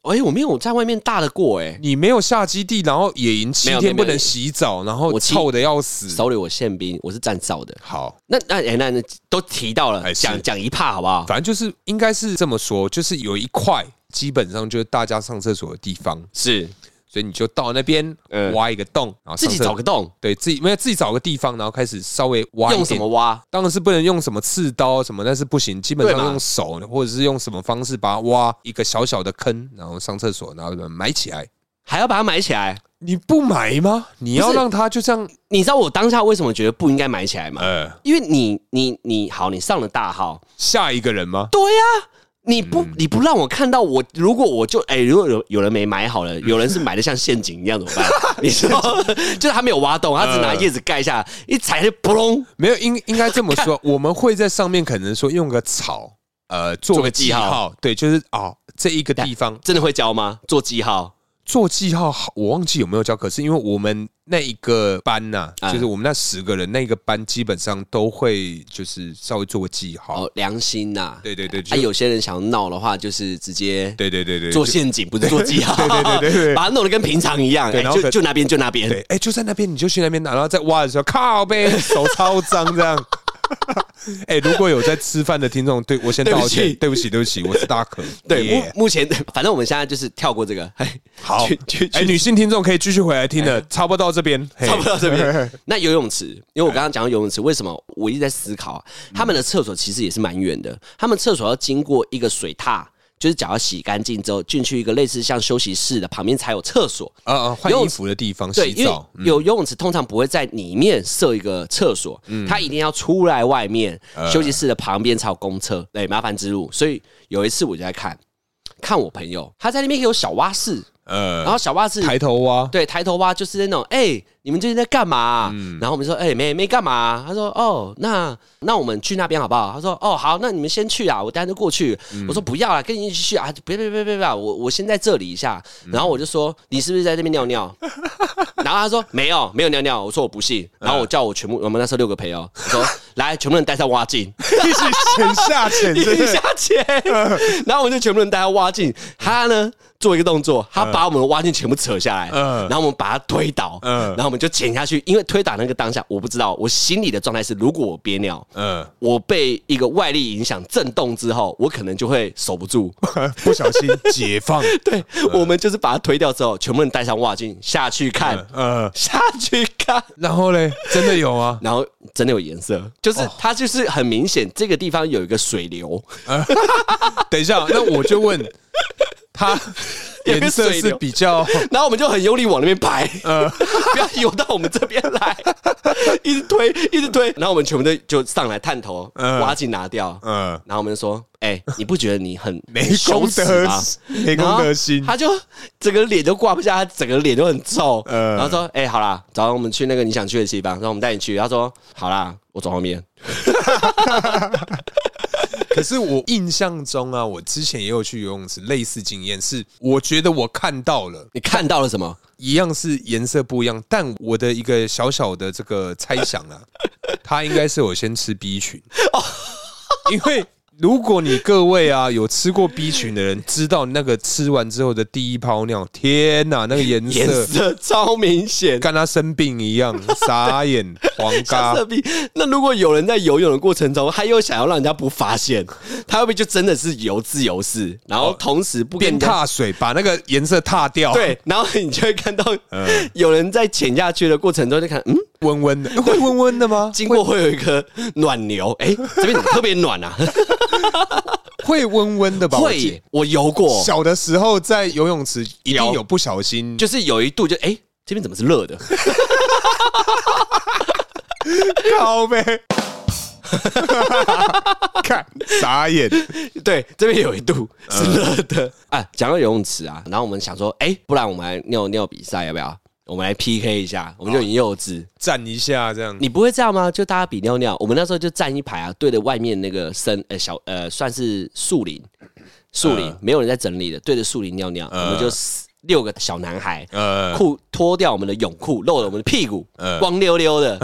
S1: 哎、我没有在外面大的过、哎，
S2: 你没有下基地，然后野营七
S1: 没有没有
S2: 天不
S1: 没有
S2: 能洗澡，然后
S1: 我七
S2: 臭的要死。
S1: 手里我宪兵，我是站哨的。
S2: 好，
S1: 那那哎、那那都提到了，
S2: 哎是
S1: 讲讲一帕好不好？
S2: 反正就是应该是这么说，就是有一块基本上就是大家上厕所的地方，
S1: 是
S2: 所以你就到那边
S1: 嗯
S2: 挖一个洞，然后
S1: 自己
S2: 上厕
S1: 找个洞，
S2: 对自己没有自己找个地方，然后开始稍微挖一
S1: 用
S2: 点
S1: 什么？挖？
S2: 当然是不能用什么刺刀什么，那是不行。基本
S1: 对
S2: 上
S1: 嘛
S2: 用手或者是用什么方式把它挖一个小小的坑，然后上厕所，然后埋起来。
S1: 还要把它埋起来。
S2: 你不埋吗？你
S1: 不
S2: 要
S1: 是
S2: 让它就这样
S1: 你知道我当下为什么觉得不应该埋起来吗？
S2: 呃
S1: 因为你你你好，你上了大号，
S2: 下一个人吗？
S1: 对呀、你不
S2: 嗯
S1: 你不让我看到我，如果我就哎、如果有有人没买好了，
S2: 嗯
S1: 有人是买的像陷阱一样怎么办？ 你知道，就是他没有挖洞，他只
S2: 嗯
S1: 拿叶子盖一下，一踩就扑通。
S2: 没有，应应该这么 说，我们会在上面可能说用个草，呃，做
S1: 个
S2: 个
S1: 记
S2: 记
S1: 号
S2: 号，对，就是哦，这一个地方
S1: 真的会教吗？做记号
S2: 做记号，好我忘记有没有教，可是因为我们那一个班呐、
S1: 嗯
S2: 就是我们那十个人那一个班，基本上都会就是稍微做个记号，
S1: 哦，良心呐、
S2: 对对对，
S1: 啊，
S2: 就
S1: 有些人想要闹的话，就是直接
S2: 对对对对，
S1: 做
S2: 就
S1: 陷阱，不是做记号，
S2: 对对对对 对
S1: 把它弄得跟平常一样，
S2: 对
S1: 哎
S2: 然后
S1: 就
S2: 可
S1: 就那边就那边，
S2: 对，哎、就在那边你就去那边拿，然后在挖的时候，靠呗，手超脏这样。 哎、如果有在吃饭的听众，对我先
S1: 对不
S2: 道歉
S1: 起，
S2: 对不起，对不起，我是大 可，
S1: 对，目
S2: Yeah
S1: 目前 反正我们现在就是跳过这个， 嘿
S2: 好
S1: 去去，
S2: 哎、
S1: 去
S2: 女性听众可以继续回来听的，哎差不多到这边，嘿
S1: 差不多到这边。 那游泳池，因为我刚刚讲到游泳池，为什么我一直在思考，啊
S2: 嗯
S1: 他们的厕所其实也是蛮远的，他们厕所要经过一个水塔。就是脚要洗干净之后，进去一个类似像休息室的旁边才有厕所。
S2: 啊啊，换
S1: 游
S2: 衣服的地方
S1: 对，
S2: 洗
S1: 因为
S2: 澡，嗯
S1: 有游泳池通常不会在里面设一个厕所，
S2: 嗯
S1: 它一定要出来外面
S2: 呃
S1: 休息室的旁边才有公厕。对，麻烦之路。所以有一次我就在看，看我朋友他在那边有小蛙式，然
S2: 呃，
S1: 后小蛙式
S2: 抬头挖，
S1: 对，抬头蛙就是那种，哎、你们最近在干嘛、然后我们说，哎、没没干嘛、他说，哦，那那我们去那边好不好？他说，哦，好，那你们先去啊，我等下就过去。我说不要啦，跟你一起去啊，别别别别别，我我先在这里一下。然后我就说，你是不是在这边尿尿？然后他说没有没有尿尿，我说我不信。然后我叫我全部，我们那时候六个朋友，我说来，全部人带上蛙镜。
S2: 一起潜下 潜，
S1: 一
S2: 真的
S1: 下嗯潜，然后我们就全部人带他挖进，他呢做一个动作，他把我们的蛙镜全部扯下来，
S2: 嗯
S1: 然后我们把他推倒，
S2: 嗯
S1: 然后我们就潜下去，因为推倒那个当下，我不知道，我心里的状态是，如果我憋尿。
S2: 嗯，
S1: 我被一个外力影响震动之后，我可能就会守不住。
S2: 不小心解 放，
S1: 对，我们就是把它推掉之后，全部人戴上蛙镜下去看，
S2: 呃，
S1: 下去看，
S2: 然后嘞，真的有吗？
S1: 然后真的有颜色，哦就是它就是很明显，这个地方有一个水流，
S2: 等一下，那我就 问它
S1: 有个
S2: 颜色
S1: 水流
S2: 是比较
S1: 然后我们就很用力往那边排，
S2: 嗯
S1: 不要游到我们这边来，一直推，一直推。然后我们全部都就上来探头，
S2: 嗯
S1: 挖镜拿掉。
S2: 嗯
S1: 然后我们就说：“哎、你不觉得你很
S2: 没公德
S1: 吗？”
S2: 没公德心
S1: 然后，他就整个脸都挂不下，他整个脸都很臭。
S2: 嗯
S1: 然后说：“哎、好啦，早上我们去那个你想去的地方，然后我们带你去。”他说：“好啦，我走后面。
S2: 可是我印象中啊，我之前也有去游泳池，类似经验是，我觉得我看到了”。
S1: 你看到了什么？
S2: 一样是颜色不一样，但我的一个小小的 这个猜想啊，他应该是我先吃 B 群，因为如果你各位啊有吃过 B 群的人，知道那个吃完之后的第一泡尿，天哪，那个颜
S1: 颜
S2: 色
S1: 色超明显。
S2: 跟他生病一样，傻眼黄
S1: 加
S2: 咖
S1: 色。币，那如果有人在游泳的过程中，他又想要让人家不发现，他会不会就真的是游自由式，然后同时不跟
S2: 边
S1: 人家
S2: 踏水把那个颜色踏掉，，
S1: 对，然后你就会看到有人在潜下去的过程中，就看嗯，
S2: 温温的，会温温 的吗？
S1: 经过会有一个暖流，哎、这边怎么特别暖啊？
S2: 会温温的吧？我记
S1: 会，我游过，
S2: 小的时候在游泳池一定
S1: 有
S2: 有不小心，就
S1: 就是有一度就哎、这边怎么是热的？
S2: 靠呗， 看傻眼，
S1: 对，这边有一度 是热的、啊。讲到游泳池啊，然后我们想说，哎、不然我们来尿尿比赛要不要？我们来 PK 一下，我们就很幼稚。
S2: 站一下这样，
S1: 你不会这样吗？就大家比尿尿，我们那时候就站一排啊，对着外面那个森呃小呃算是树林，树
S2: 嗯
S1: 林、没有人在整理的，对着树林尿尿，我们就四六个小男孩，
S2: 呃
S1: 裤脱掉我们的泳裤，露了我们的屁股，
S2: 嗯
S1: 光溜溜 的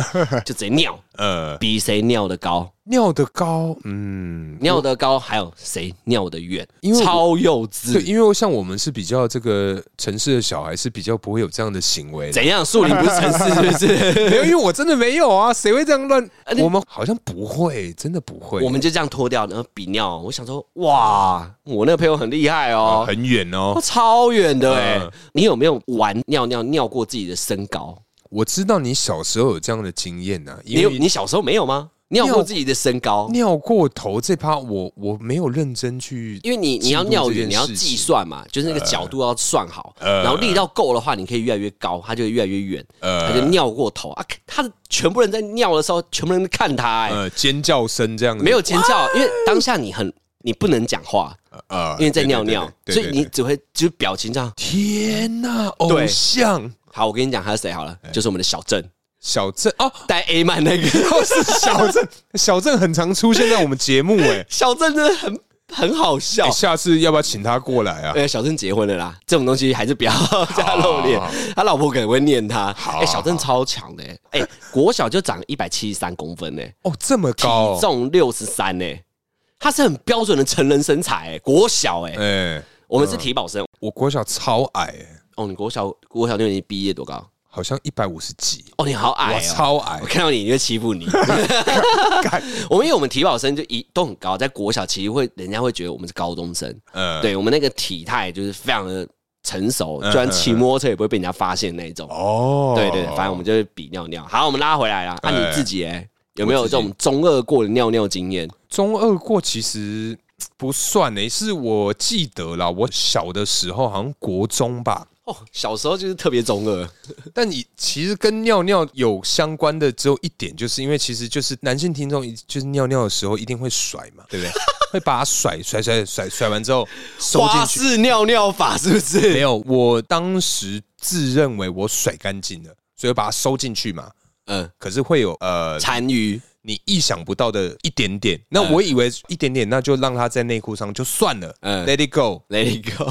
S1: 就直接尿，
S2: 呃，
S1: 比谁尿的高，
S2: 尿的高，嗯，
S1: 尿的高，还有谁尿的远，
S2: 因为我
S1: 超幼稚。
S2: 对，因为像我们是比较这个城市的小孩是比较不会有这样的行为的。
S1: 怎样？树林不是城市，是不是？
S2: 没有，因为我真的没有啊，谁会这样乱
S1: 啊？你
S2: 我们好像不会，真的不会。
S1: 我们就这样脱掉，然后比尿。我想说，哇，我那个朋友很厉害哦，
S2: 很远哦
S1: 哦，，超远的哎、
S2: 嗯
S1: 你有没有玩尿尿尿过自己的身高？
S2: 我知道你小时候有这样的经验呐、
S1: 你
S2: 因
S1: 有
S2: 为
S1: 你小时候没有吗？尿过自己的身高？
S2: 尿过头这趴，我我没有认真去，
S1: 因为你你要尿远，
S2: 记录这件
S1: 你要
S2: 事呃
S1: 计
S2: 情
S1: 算嘛，就是那个角度要算好，然后力道够的话，你可以越来越高，它就会越来越远，
S2: 呃
S1: 它就尿过头啊！他的全部人在尿的时候，全部人看他、哎、
S2: 呃尖叫声这样子，
S1: 没有尖叫，因为当下你很你不能讲话，
S2: 呃
S1: 因为在尿尿，
S2: 对
S1: 所
S2: 对
S1: 以
S2: 对
S1: 你
S2: 对
S1: 只会就是表情这样。
S2: 天呐，偶像
S1: 好，我跟你讲他是谁好了，
S2: 哎
S1: 就是我们的小郑，
S2: 小镇哦，
S1: 带 A 曼那个。
S2: 都是小镇，小镇很常出现在我们节目哎、
S1: 小郑真的很很好笑。
S2: 哎下次要不要请他过来啊？
S1: 呃，小郑结婚了啦，这种东西还是不要 加露脸
S2: 好好，
S1: 他老婆可能会念他。
S2: 好
S1: 哎，小郑超强的，哎，国小就长一百七十三公分呢，
S2: 哦，这么
S1: 体
S2: 高、哦，
S1: 重六十三呢，他是很标准的成人身材，哎，国小哎，
S2: 哎、
S1: 我们是体保生。
S2: 我国小超矮、欸，
S1: 哦，你国小国小六年级毕业多高？
S2: 好像一百五十几，
S1: 哦，你好矮
S2: 我
S1: 哦。
S2: 超矮
S1: 我，看到你，你就欺负你。 我们因为我们体保生就一都很高，在国小其实会人家会觉得我们是高中生，
S2: 呃，
S1: 对我们那个体态就是非常的成熟，
S2: 嗯
S1: 就算骑摩托车也不会被人家发现那一种。
S2: 哦，
S1: 对对，反正我们就是比尿尿。好，我们拉回来了。那、
S2: 哎
S1: 你自己哎、有没有
S2: 我
S1: 这
S2: 自己
S1: 种中二过的尿尿经验？
S2: 中二过其实嘖不算诶、是我记得啦，我小的时候好像国中吧，
S1: 哦，小时候就是特别中二，
S2: 但你其实跟尿尿有相关的只有一点，就是因为其实就是男性听众一就是尿尿的时候一定会甩嘛，对不对？会把它甩甩甩甩甩完之后收
S1: 花
S2: 进去。
S1: 式尿尿法是不
S2: 没
S1: 是？
S2: 有，我当时自认为我甩干净了，所以把它收进去嘛。
S1: 嗯，
S2: 可是会有呃，
S1: 单鱼
S2: 你意想不到的一点点。那我以为一点点，那就让它在内裤上就算了、
S1: 嗯
S2: l e t it go。
S1: ，Let it go。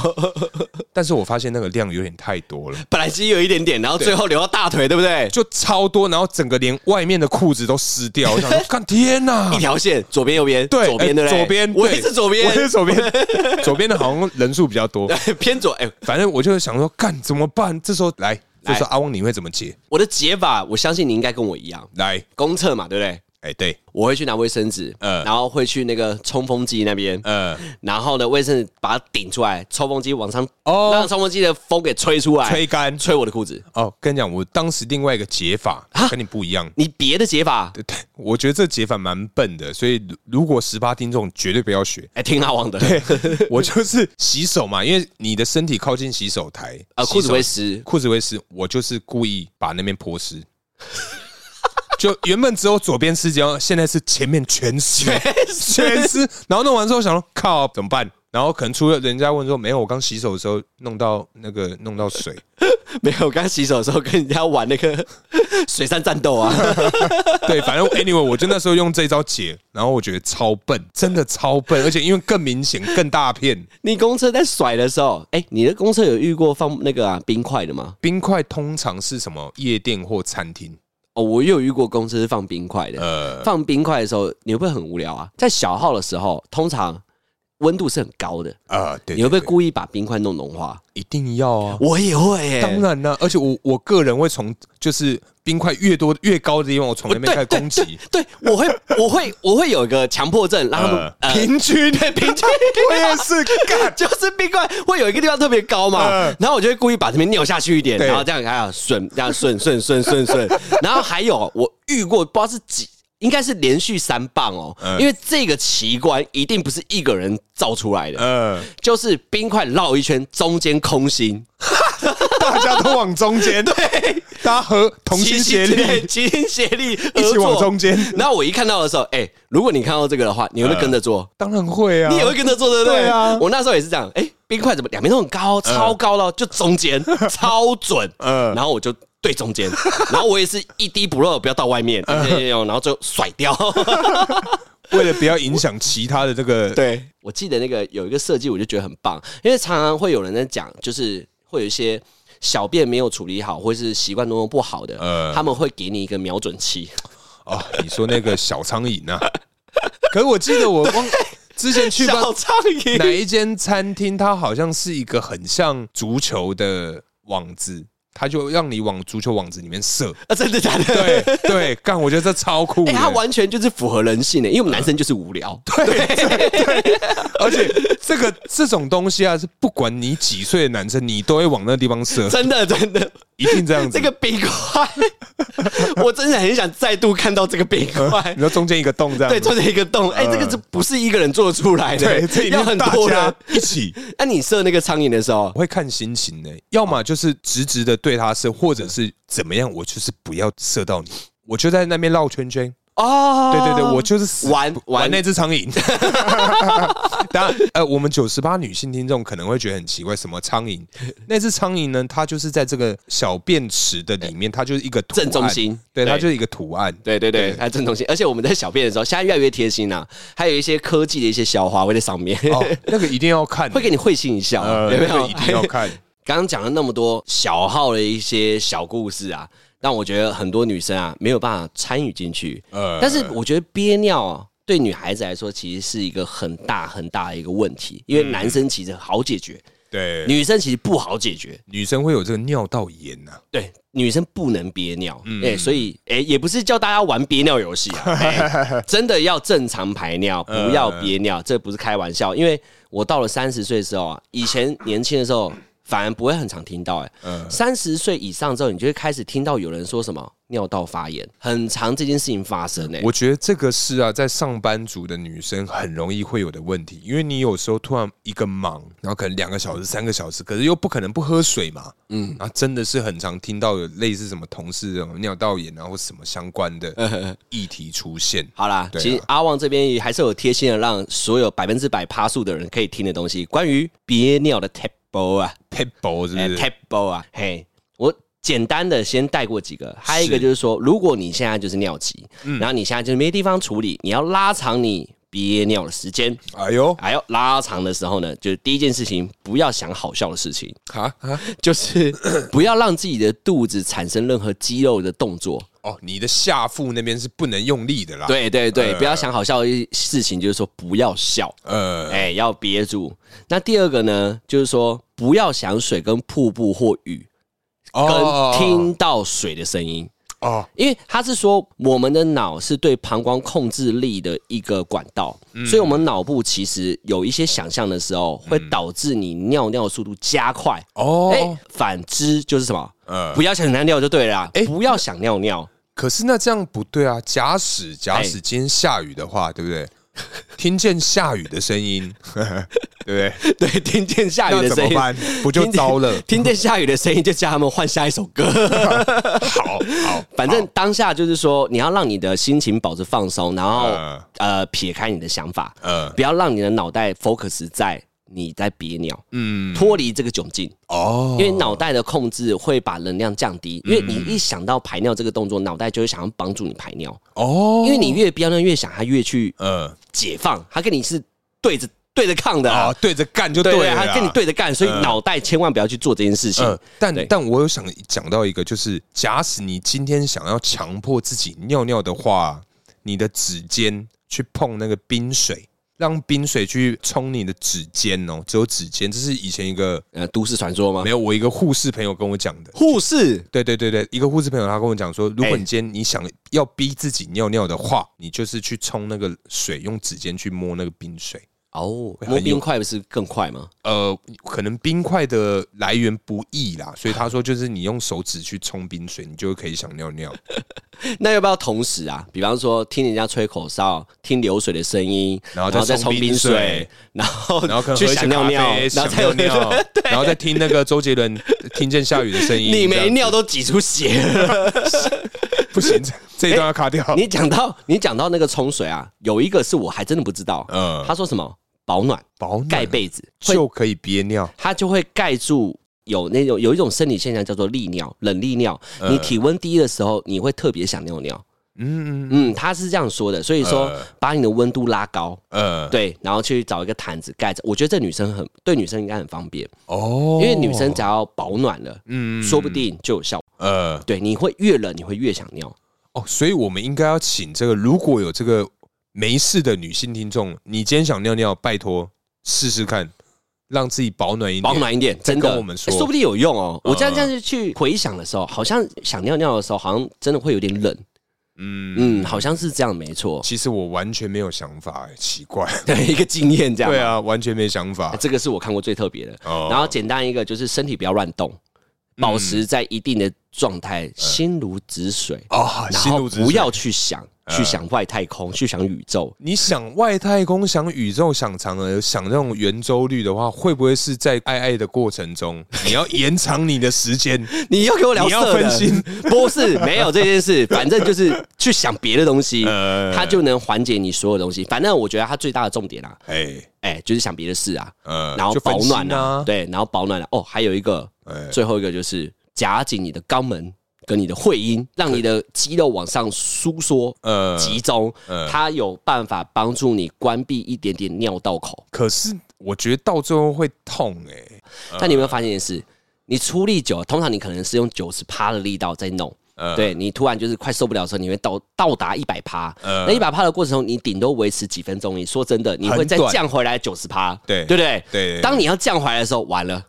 S2: 但是我发现那个量有点太多了，
S1: 本来其实有一点点，然后最后留到大腿，对不对？
S2: 就超多，然后整个连外面的裤子都湿掉。我想说，看天哪
S1: 一！条线，左边右边，
S2: 对，
S1: 左边
S2: 哎
S1: 对不对？
S2: 左边，
S1: 我也
S2: 对
S1: 是左边
S2: 我，也是左边， 左边的好像人数比较 多。
S1: 偏左。哎、
S2: 反正我就想说，干怎么办？这时候来，这时候阿汪你会怎么解？
S1: 我的解法，我相信你应该跟我一样，
S2: 来，
S1: 公厕嘛，对不对？
S2: 哎，对，
S1: 我会去拿卫生纸，
S2: 嗯
S1: 然后会去那个冲锋机那边，
S2: 呃，
S1: 然后呢，卫生纸把它顶出来，抽风机往上，
S2: 哦
S1: 让抽风机的风给吹出来，
S2: 吹干。
S1: 吹我的裤子。
S2: 哦，跟你讲，我当时另外一个解法
S1: 啊
S2: 跟你不一样。
S1: 你别的解法，
S2: 对，对我觉得这解法蛮笨的，所以如如果十八听众绝对不要 学。
S1: 哎，听阿王的，
S2: 我就是洗手嘛，因为你的身体靠近洗手台，
S1: 呃，
S2: 洗手
S1: 裤子会 湿，
S2: 裤子会湿，我就是故意把那边泼湿。就原本只有左边湿，结果现在是前面全湿， 全湿。然后弄完之后想说，靠，怎么办？然后可能出了人家问说，没有，我刚洗手的时候弄到那个弄到水，
S1: 没有，我刚洗手的时候跟人家玩那个 水上战斗啊，
S2: 对，反正 anyway，我就那时候用这招解，然后我觉得超笨，真的超笨，而且因为更明显、更大片，
S1: 你公车在甩的时候，哎，你的公车有遇过放那个啊冰块的吗？
S2: 冰块通常是什么夜店或餐厅，
S1: 哦，我也有遇过公司是放冰块的，
S2: 呃，
S1: 放冰块的时候你会不会很无聊啊？在小号的时候，通常温度是很高的，
S2: 啊，对，
S1: 你会不会
S2: 对对
S1: 故意把冰块弄融化？
S2: 一定要啊？
S1: 我也会耶、
S2: 当然啦、而且我我个人会从就是冰块越多越高的地方，我从那边开始攻击。
S1: 对，我会，我会， 我会有一个强迫症，让他们、
S2: 呃
S1: 呃、
S2: 平均，
S1: 对平均。
S2: 我也是干。
S1: 就是冰块会有一个地方特别高嘛，
S2: 嗯
S1: 然后我就会故意把这边扭下去一点，
S2: 对
S1: 然后这样还有顺，这样顺顺顺顺 顺，然后还有我遇过不知道是几，应该是连续三棒哦，
S2: 嗯
S1: 因为这个奇观一定不是一个人造出来的，
S2: 呃，
S1: 就是冰块绕一圈，中间空心，
S2: 大家都往中间， 对，大家和同心协力，
S1: 对，齐心协力，
S2: 一
S1: 合
S2: 起
S1: 作
S2: 往中。间。
S1: 然后我一看到的时候，哎、如果你看到这个的话，你会不会跟着做？
S2: 当然会啊，
S1: 你也会跟着做，对不对？
S2: 对啊
S1: 我那时候也是这样，哎、冰块怎么两边都很高，超高了，就中间 超准，
S2: 嗯
S1: 然后我就。对中间，然后我也是一滴不漏，不要到外面，
S2: 嗯
S1: 哎然后就甩掉。
S2: 为了不要影响其他的这个，
S1: 对，我记得那个有一个设计，我就觉得很棒，因为常常会有人在讲，就是会有一些小便没有处理好，或是习惯多么不好的，
S2: 嗯
S1: 他们会给你一个瞄准器。
S2: 哦，你说那个小苍蝇啊， 可是我记得我忘之前 去吧
S1: 小苍
S2: 哪
S1: 蝇，
S2: 一间餐厅，它好像是一个很像足球的网子，它就让你往足球网子里面射。
S1: 啊，真的假的？
S2: 对对，干，我觉得这超酷 的
S1: 哎、他完全就是符合人性的，因为我们
S2: 呃
S1: 男生就是无 聊。
S2: 而且这个这种东西啊，是不管你几岁的男生，你都会往那个地方射，
S1: 真的真 的，
S2: 一定这样子。
S1: 这个冰块， 我真的很想再度看到这个冰块
S2: 你。说中间一个洞这样
S1: 对，
S2: 子，
S1: 做成一个洞，哎、这个是不是一个人做出来的？
S2: 呃对，这里
S1: 要
S2: 面
S1: 很
S2: 大
S1: 多人
S2: 家。一起。
S1: 那、你射那个苍蝇的时候，
S2: 我会看心情呢、要么就是直直的对他射，或者是怎么样，我就是不要射到你，我就在那边绕圈圈。
S1: 哦，
S2: 对对对，我就是死
S1: 玩
S2: 玩
S1: 玩
S2: 那只苍 蝇。当然，呃，我们九十八女性听众可能会觉得很奇怪，什么苍蝇？那只苍蝇呢？它就是在这个小便池的里面，它就是一个图案
S1: 正中心
S2: 对，它
S1: 对
S2: 就是一个图案。
S1: 对对对
S2: 对，
S1: 还真东西。而且我们在小便的时候，现在越来越贴心啦、啊还有一些科技的一些小花会在上面，
S2: 哦，那个一定要 看，
S1: 会给你会心一笑，啊
S2: 呃，
S1: 有没
S2: 那个
S1: 有？
S2: 一定要看。
S1: 刚刚讲了那么多小号的一些小故事啊，让我觉得很多女生啊没有办法参与进去。
S2: 呃，
S1: 但是我觉得憋尿啊，对女孩子来说其实是一个很大很大的一个问题，因为男生其实好解决，
S2: 对女
S1: 女生其实不好解决。
S2: 女生会有这个尿道炎啊呐，
S1: 对，女生不能憋尿，
S2: 嗯
S1: 哎、所以哎、也不是叫大家玩憋尿游 戏啊，哎真的要正常排尿，不
S2: 嗯
S1: 要憋尿，这不是开玩笑。因为我到了三十岁之后啊，以前年轻的时候反而不会很常听到、哎，
S2: 嗯
S1: 三十岁以上之后，你就会开始听到有人说什么尿道发炎，很常这件事情发生、哎，
S2: 我觉得这个是啊，在上班族的女生很容易会有的问题，因为你有时候突然一个忙，然后可能两个小时、三个小时，可是又不可能不喝水嘛，嗯，啊，真的是很常听到有类似什么同事这种尿道炎啊或什么相关的议题出现。
S1: 嗯好啦，
S2: 对啊
S1: 其实阿旺这边也还是有贴心的，让所有百分之百趴数的人可以听的东西，关于憋尿的 table 啊
S2: Pebble 是不
S1: 哎
S2: 是？
S1: ，table 啊，嘿，我简单的先带过几个，还有一个
S2: 是嗯
S1: 就是说，如果你现在就是尿急，然后你现在就是没地方处理，你要拉长你憋尿的时间。
S2: 哎呦，
S1: 还有拉长的时候呢，就是第一件事情，不要想好笑的事情，
S2: 哈哈，
S1: 就是 不要让自己的肚子产生任何肌肉的动作。
S2: 哦，你的下腹那边是不能用力的啦。，
S1: 对对对，不要想好笑的事情，就是说不要笑。
S2: 呃，
S1: 哎、要憋住。那第二个呢，就是说不要想水跟瀑布或雨，
S2: 哦
S1: 跟听到水的声音，
S2: 哦，
S1: 因为他是说我们的脑是对膀胱控制力的一个管道，
S2: 嗯
S1: 所以我们脑部其实有一些想象的时候，会导致你尿尿的速度加快。
S2: 哦，
S1: 哎、反之就是什么？
S2: 呃
S1: 不要想尿尿就对了啦，
S2: 哎
S1: 不要想尿尿。
S2: 可是那这样不对啊！假使假
S1: 哎
S2: 使今天下雨的话，对不对？听见下雨的声音， 对不对？
S1: 对，听见 下雨
S2: 那
S1: 的
S2: 怎
S1: 声
S2: 么
S1: 音，
S2: 办？不就 糟了？
S1: 听见下雨的声音，就叫他们换下一首 歌。
S2: 好好，
S1: 反正当下就是说，你要让你的心情保持放松，然后、
S2: 嗯
S1: 呃撇开你的想法，
S2: 呃，
S1: 不要让你的脑袋 focus 在你在憋尿，
S2: 嗯，
S1: 脱离这个窘境，
S2: 哦，嗯
S1: 因为脑袋的控制会把能量降低，因为你一想到排尿这个动作，脑袋就会想要帮助你排尿，
S2: 哦，
S1: 因为你越憋尿越想，它越去
S2: 呃，
S1: 解放，它跟你是对着对着抗的啊
S2: 啊，，对着干就
S1: 对
S2: 对
S1: 对，
S2: 了啦，
S1: 他跟你对着干，所以脑袋千万不要去做这件事情。
S2: 嗯，但
S1: 对
S2: 但我有想讲到一个，就是假使你今天想要强迫自己尿尿的话，你的指尖去碰那个冰水，让冰水去冲你的指尖哦，只有指尖，这是以前一个
S1: 呃，都市传说吗
S2: 没？有我一个护士朋友跟我讲的。
S1: 护士
S2: 对对对对，一个护士朋友他跟我讲说，如
S1: 哎
S2: 果你今天你想要逼自己尿尿的话，你就是去冲那个水，用指尖去摸那个冰水。
S1: 哦，
S2: 很
S1: 摸
S2: 有
S1: 冰块不是更快吗？
S2: 呃，可能冰块的来源不易啦，所以他说就是你用手指去冲冰水，你就可以想尿 尿。
S1: 那要不要同时啊？比方说听人家吹口哨，听流水的声音，
S2: 然后再
S1: 再
S2: 冲
S1: 冲
S2: 冰
S1: 冰
S2: 水
S1: 水，然后
S2: 然后可能喝
S1: 去
S2: 一些
S1: 想尿
S2: 咖啡
S1: 尿，然后
S2: 想
S1: 再
S2: 尿尿， 然后再听那个周杰伦听见下雨的声音。
S1: 你
S2: 这
S1: 没
S2: 样
S1: 尿都挤出血了。
S2: 不行，这这一段要卡掉。
S1: 你讲到你讲到那个冲水啊，有一个是我还真的不知道，
S2: 嗯
S1: 他说什么保暖
S2: 保暖啊
S1: 盖被子，会
S2: 就可以憋尿，
S1: 它就会盖住。有那种有一种生理现象叫做利尿，冷利尿。
S2: 嗯
S1: 你体温低的时候，你会特别想尿尿。
S2: 嗯嗯
S1: 嗯，他是这样说的，所以说
S2: 呃
S1: 把你的温度拉高，
S2: 呃，
S1: 对，然后去找一个毯子盖着。我觉得这女生很对女生应该很方便，
S2: 哦
S1: 因为女生只要保暖了，
S2: 嗯
S1: 说不定就有效果。
S2: 呃
S1: 对，你会越冷，你会越想尿。
S2: 哦，所以我们应该要请这个，如果有这个没事的女性听众，你今天想尿尿，拜托试试看，让自己保暖一点，
S1: 保暖一点，
S2: 再
S1: 真的，
S2: 跟我们说
S1: 欸说不定有用哦。
S2: 嗯
S1: 我这样这样子去回想的时候，好像想尿尿的时候，好像真的会有点冷。嗯，好像是这样，没错。
S2: 其实我完全没有想法、欸，奇怪。
S1: 对，一个经验这样。
S2: 对啊，完全没想法
S1: 欸，。这个是我看过最特别的。
S2: 哦嗯
S1: 然后简单一个就是身体不要乱动，保持在一定的状态，心如止水。
S2: 啊，
S1: 然
S2: 心
S1: 后
S2: 如止
S1: 不
S2: 水嗯
S1: 要去想，去想外太空，去想宇宙。
S2: 你想外太空、想宇宙、想嫦娥、想那种圆周率的话，会不会是在爱爱的过 程中，你要延长你的时间？
S1: 你又给我聊
S2: 你要
S1: 色
S2: 分
S1: 的
S2: 心，
S1: 不是没有这件事，反正就是去想别的东西，
S2: 呃
S1: 它就能缓解你所有东西。反正我觉得它最大的重点啊，
S2: 哎，
S1: 哎，就是想别的事啊，
S2: 呃
S1: 然后
S2: 就
S1: 保
S2: 分
S1: 暖
S2: 心啊
S1: 对，然后保暖啊。哦，还有一个，
S2: 哎
S1: 最后一个就是夹紧你的肛门跟你的会阴，让你的肌肉往上收缩。
S2: 呃，
S1: 集中，它有办法帮助你关闭一点点尿道口。
S2: 可是我觉得到最后会痛哎、
S1: 但你有没有发现一件事？你出力久，通常你可能是用九十趴的力道在弄，
S2: 呃
S1: 对你突然就是快受不了的时候，你会到到达一百趴。
S2: 呃
S1: 那一百趴的过程中，你顶多维持几分钟而已。你说真的，你会再
S2: 很短
S1: 降回来九十趴，
S2: 对
S1: 对不对？
S2: 对
S1: 当你要降回来的时候，完了，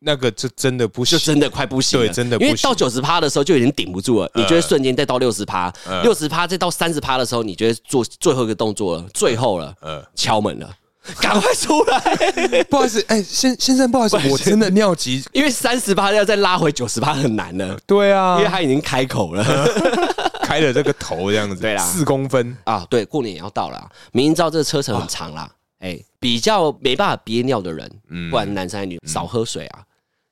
S2: 那个就真的不行，
S1: 就真的快不行了。
S2: 对真的不
S1: 因
S2: 行
S1: 为到九十趴的时候就已经顶不住了，你就会瞬间再到六十趴，六十趴再到三十趴的时候，你就会做最后一个动作了，最后了，
S2: 呃
S1: 敲门了，赶快出来。
S2: 不好意思，哎、先先生，不好意思，我真的尿急。
S1: 因为三十八要再拉回九十八很难了，
S2: 对
S1: 因
S2: 啊
S1: 为，他已经开口了
S2: 开了这个头这样子，
S1: 对啦
S2: 四公分，
S1: 啊。对，过年也要到了啊，明知道这个车程很长啦，哎，比较没办法憋尿的人，不管男生还是女，少喝水啊，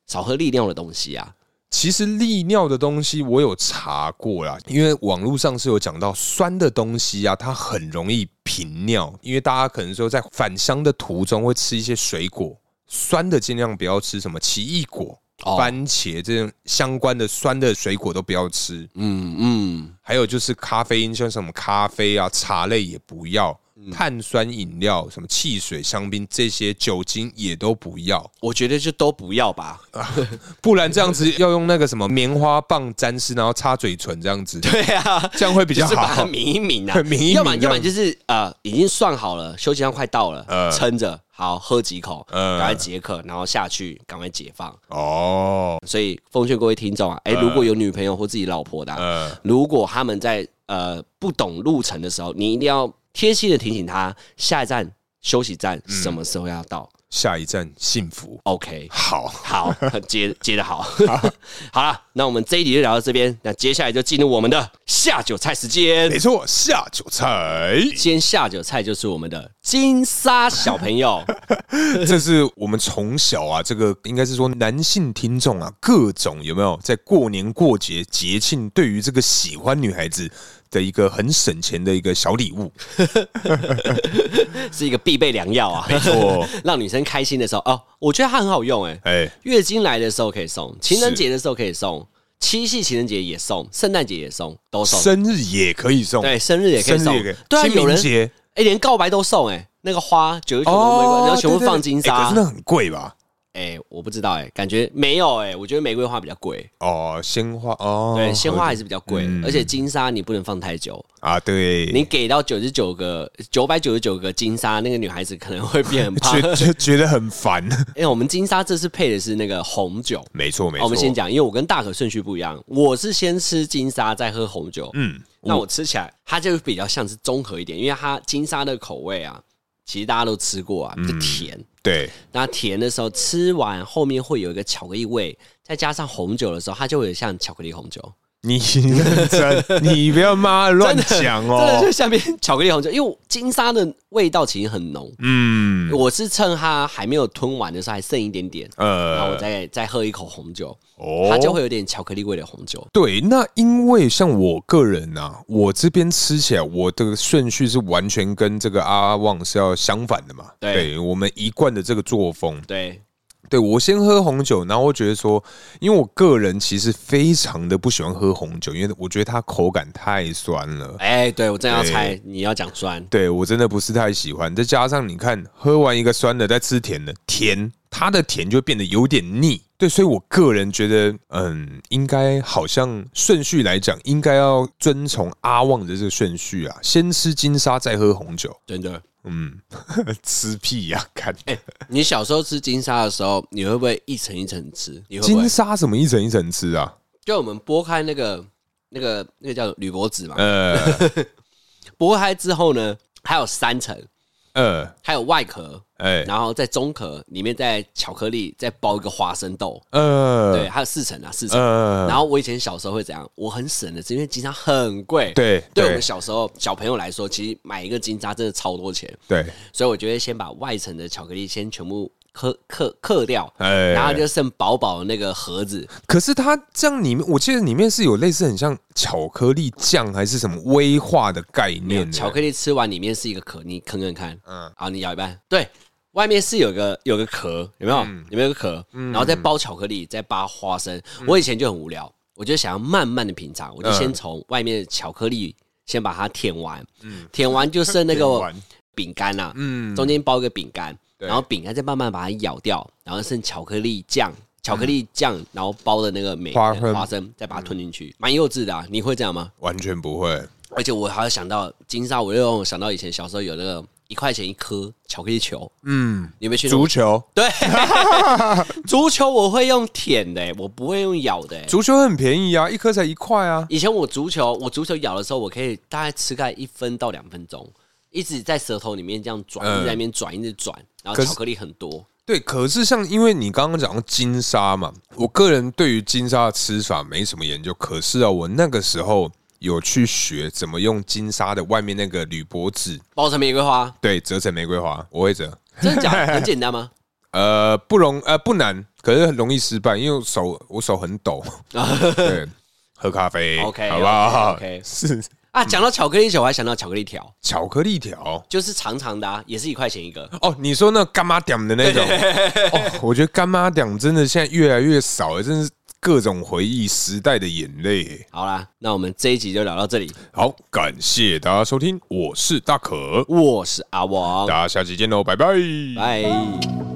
S1: 少喝利尿的东西啊。
S2: 其实利尿的东西我有查过啦，因为网络上是有讲到酸的东西啊，它很容易频尿，因为大家可能说在返乡的途中会吃一些水果，酸的尽量不要吃，什么奇异果、
S1: 哦
S2: 番茄这种相关的酸的水果都不要吃，
S1: 嗯嗯，
S2: 还有就是咖啡因，像什么咖啡啊、茶类也不要。
S1: 嗯
S2: 碳酸饮料、什么汽水、香槟这些酒精也都不要，
S1: 我觉得就都不要吧。
S2: 不然这样子要用那个什么棉花棒沾湿，然后擦嘴唇这样子。
S1: 对啊，
S2: 这样会比较
S1: 就是把它
S2: 好。
S1: 抿一抿啊，
S2: 抿一抿
S1: 要不然
S2: 这
S1: 要
S2: 样
S1: 不然就是呃，已经算好了，休息站快到了，
S2: 呃
S1: 撑着，好喝几口，
S2: 呃
S1: 赶快解渴，然后下去赶快解放。
S2: 哦，
S1: 所以奉劝各位听众啊，哎，如果有女朋友或自己老婆的啊，
S2: 呃，
S1: 如果他们在呃不懂路程的时候，你一定要贴心的提醒他下一站休息站
S2: 嗯
S1: 什么时候要到。
S2: 下一站幸福，
S1: OK，
S2: 好，
S1: 好，接接的好， 好了，那我们这一集就聊到这边，那接下来就进入我们的下酒菜时间
S2: 没。错，下酒菜，
S1: 今天下酒菜就是我们的金沙小朋 友，
S2: 这是我们从小啊，这个应该是说男性听众啊，各种有没有在过年过节节庆，对于这个喜欢女孩子的一个很省钱的一个小礼物，
S1: 是一个必备良药啊，没
S2: 错，
S1: 让女生开心的时候哦，我觉得它很好用哎、
S2: 哎，
S1: 月经来的时候可以送，情人节的时候可以送，七夕情人节也送，圣诞节也送，都送。
S2: 生日也可以送，
S1: 对，生日也可以
S2: 生
S1: 送
S2: 日也可以，，
S1: 对啊，
S2: 清
S1: 有
S2: 明
S1: 人
S2: 节哦
S1: 哎、连告白都送哎、那个花九十九朵玫瑰，然后全部
S2: 对对
S1: 放金
S2: 哎可
S1: 沙
S2: 是。那很贵吧？
S1: 哎，我不知道哎，感觉没有哎，我觉得玫瑰花比较贵，
S2: 哦，鲜花哦，
S1: 对，鲜花
S2: 合
S1: 还
S2: 理
S1: 是比较贵
S2: 嗯，
S1: 而且金沙你不能放太久，
S2: 啊，对，
S1: 你给到九十九个九百九十九个金沙，那个女孩子可能会变很 怕。
S2: 觉觉觉得很烦，
S1: 因为我们金沙这次配的是那个红酒，
S2: 没错没
S1: 好哦
S2: 错。
S1: 我们先讲，因为我跟大可顺序不一样，我是先吃金沙再喝红酒，
S2: 嗯，
S1: 那我吃起来它就比较像是综合一点，因为它金沙的口味啊，其实大家都吃过啊，
S2: 嗯
S1: 比较甜。
S2: 对，
S1: 那甜的时候吃完后面会有一个巧克力味，再加上红酒的时候，它就会有像巧克力红酒，
S2: 你 认真，你不要妈乱讲
S1: 真的
S2: 哦
S1: 就。下面巧克力红酒，因为金沙的味道其实很浓，
S2: 嗯，
S1: 我是趁它还没有吞完的时候还剩一点点，然后我
S2: 呃，
S1: 再再喝一口红酒，
S2: 哦
S1: 它就会有点巧克力味的红酒。
S2: 对，那因为像我个人啊，我这边吃起来，我的顺序是完全跟这个阿旺是要相反的嘛。
S1: 对
S2: 我们一贯的这个作风，
S1: 对，
S2: 对我先喝红酒，然后我觉得说，因为我个人其实非常的不喜欢喝红酒，因为我觉得它口感太酸了。
S1: 哎、对我正要猜你要讲酸，
S2: 对我真的不是太喜欢，再加上你看，喝完一个酸的，再吃甜的，甜它的甜就变得有点腻。对，所以我个人觉得，嗯，应该好像顺序来讲，应该要遵从阿旺的这个顺序啊，先吃金沙，再喝红酒。
S1: 真的。
S2: 嗯， 吃屁呀、看、
S1: 哎你小时候吃金沙的时候，你会不会一层一层吃？你会不会
S2: 金？沙怎么一层一层吃啊？
S1: 就我们剥开那个、那个、那个叫铝箔纸嘛，
S2: 呃
S1: 剥开之后呢，还有三层，
S2: 呃，
S1: 还有外壳，
S2: 哎、
S1: 然后在中壳里面再巧克力，再包一个花生豆，
S2: 呃，
S1: 对，还有四层啊，四层。
S2: 呃，
S1: 然后我以前小时候会怎样？我很省的，因为金沙很贵。
S2: 对
S1: 对我
S2: 对
S1: 们小时候小朋友来说，其实买一个金沙真的超多钱，
S2: 对，
S1: 所以我就会先把外层的巧克力先全部刻刻刻掉，
S2: 哎，
S1: 然后就剩薄薄的那个盒子，
S2: 可是它这样里面，我记得里面是有类似很像巧克力酱还是什么威化的概
S1: 没有
S2: 念的，
S1: 巧克力吃完里面是一个壳，你啃啃看，
S2: 嗯
S1: 嗯，好，你咬一半，对，外面是有个有个壳，有没有？
S2: 嗯
S1: 有没有个壳？然后再包巧克力，再包花生。我以前就很无聊，我就想要慢慢的品尝，我就
S2: 嗯
S1: 先从外面的巧克力先把它舔完，舔完就剩那
S2: 嗯 舔
S1: 个
S2: 完
S1: 饼干啊啦，
S2: 嗯
S1: 中间包一个饼干，
S2: 对
S1: 然后饼干再慢慢把它咬掉，然后剩巧克力酱。巧克力酱，然后包的那个美
S2: 嗯花生
S1: 花生，再把它吞进去，蛮幼稚的啊！你会这样吗？
S2: 完全不会
S1: 而且我还有想到金沙，我又让我想到以前小时候有那个一块钱一颗巧克力球，嗯，你有没有去那种
S2: 足球，
S1: 对 足球？我会用舔的、我不会用咬的、
S2: 足球很便宜啊，一颗才一块啊，
S1: 以前我足球，我足球咬的时候，我可以大概吃个一分到两分钟，一直在舌头里面这样转，
S2: 嗯
S1: 一直在那边转，一直转，然
S2: 可
S1: 后
S2: 是
S1: 巧克力很多，
S2: 对，可是像因为你刚刚讲到金沙嘛，我个人对于金沙的吃法没什么研究。可是啊，我那个时候有去学怎么用金沙的外面那个铝箔纸，
S1: 包成玫瑰花，
S2: 对，折成玫瑰花，我会折。
S1: 真的假的？很简单吗？
S2: 呃，不容呃不难，可是很容易失败，因为我手我手很抖。对，喝咖啡
S1: OK，
S2: 好不好
S1: OK，OK
S2: 是
S1: 啊，讲到巧克力球，我还想到巧克力条，
S2: 巧克力条
S1: 就是长长的、啊，也是一块钱一个。
S2: 哦，你说那干妈点的那种哦，我觉得干妈点真的现在越来越少了，真是各种回忆时代的眼泪。
S1: 好啦，那我们这一集就聊到这里。
S2: 好，感谢大家收听，我是大可，
S1: 我是阿王，
S2: 大家下期见喽，拜拜。
S1: 拜。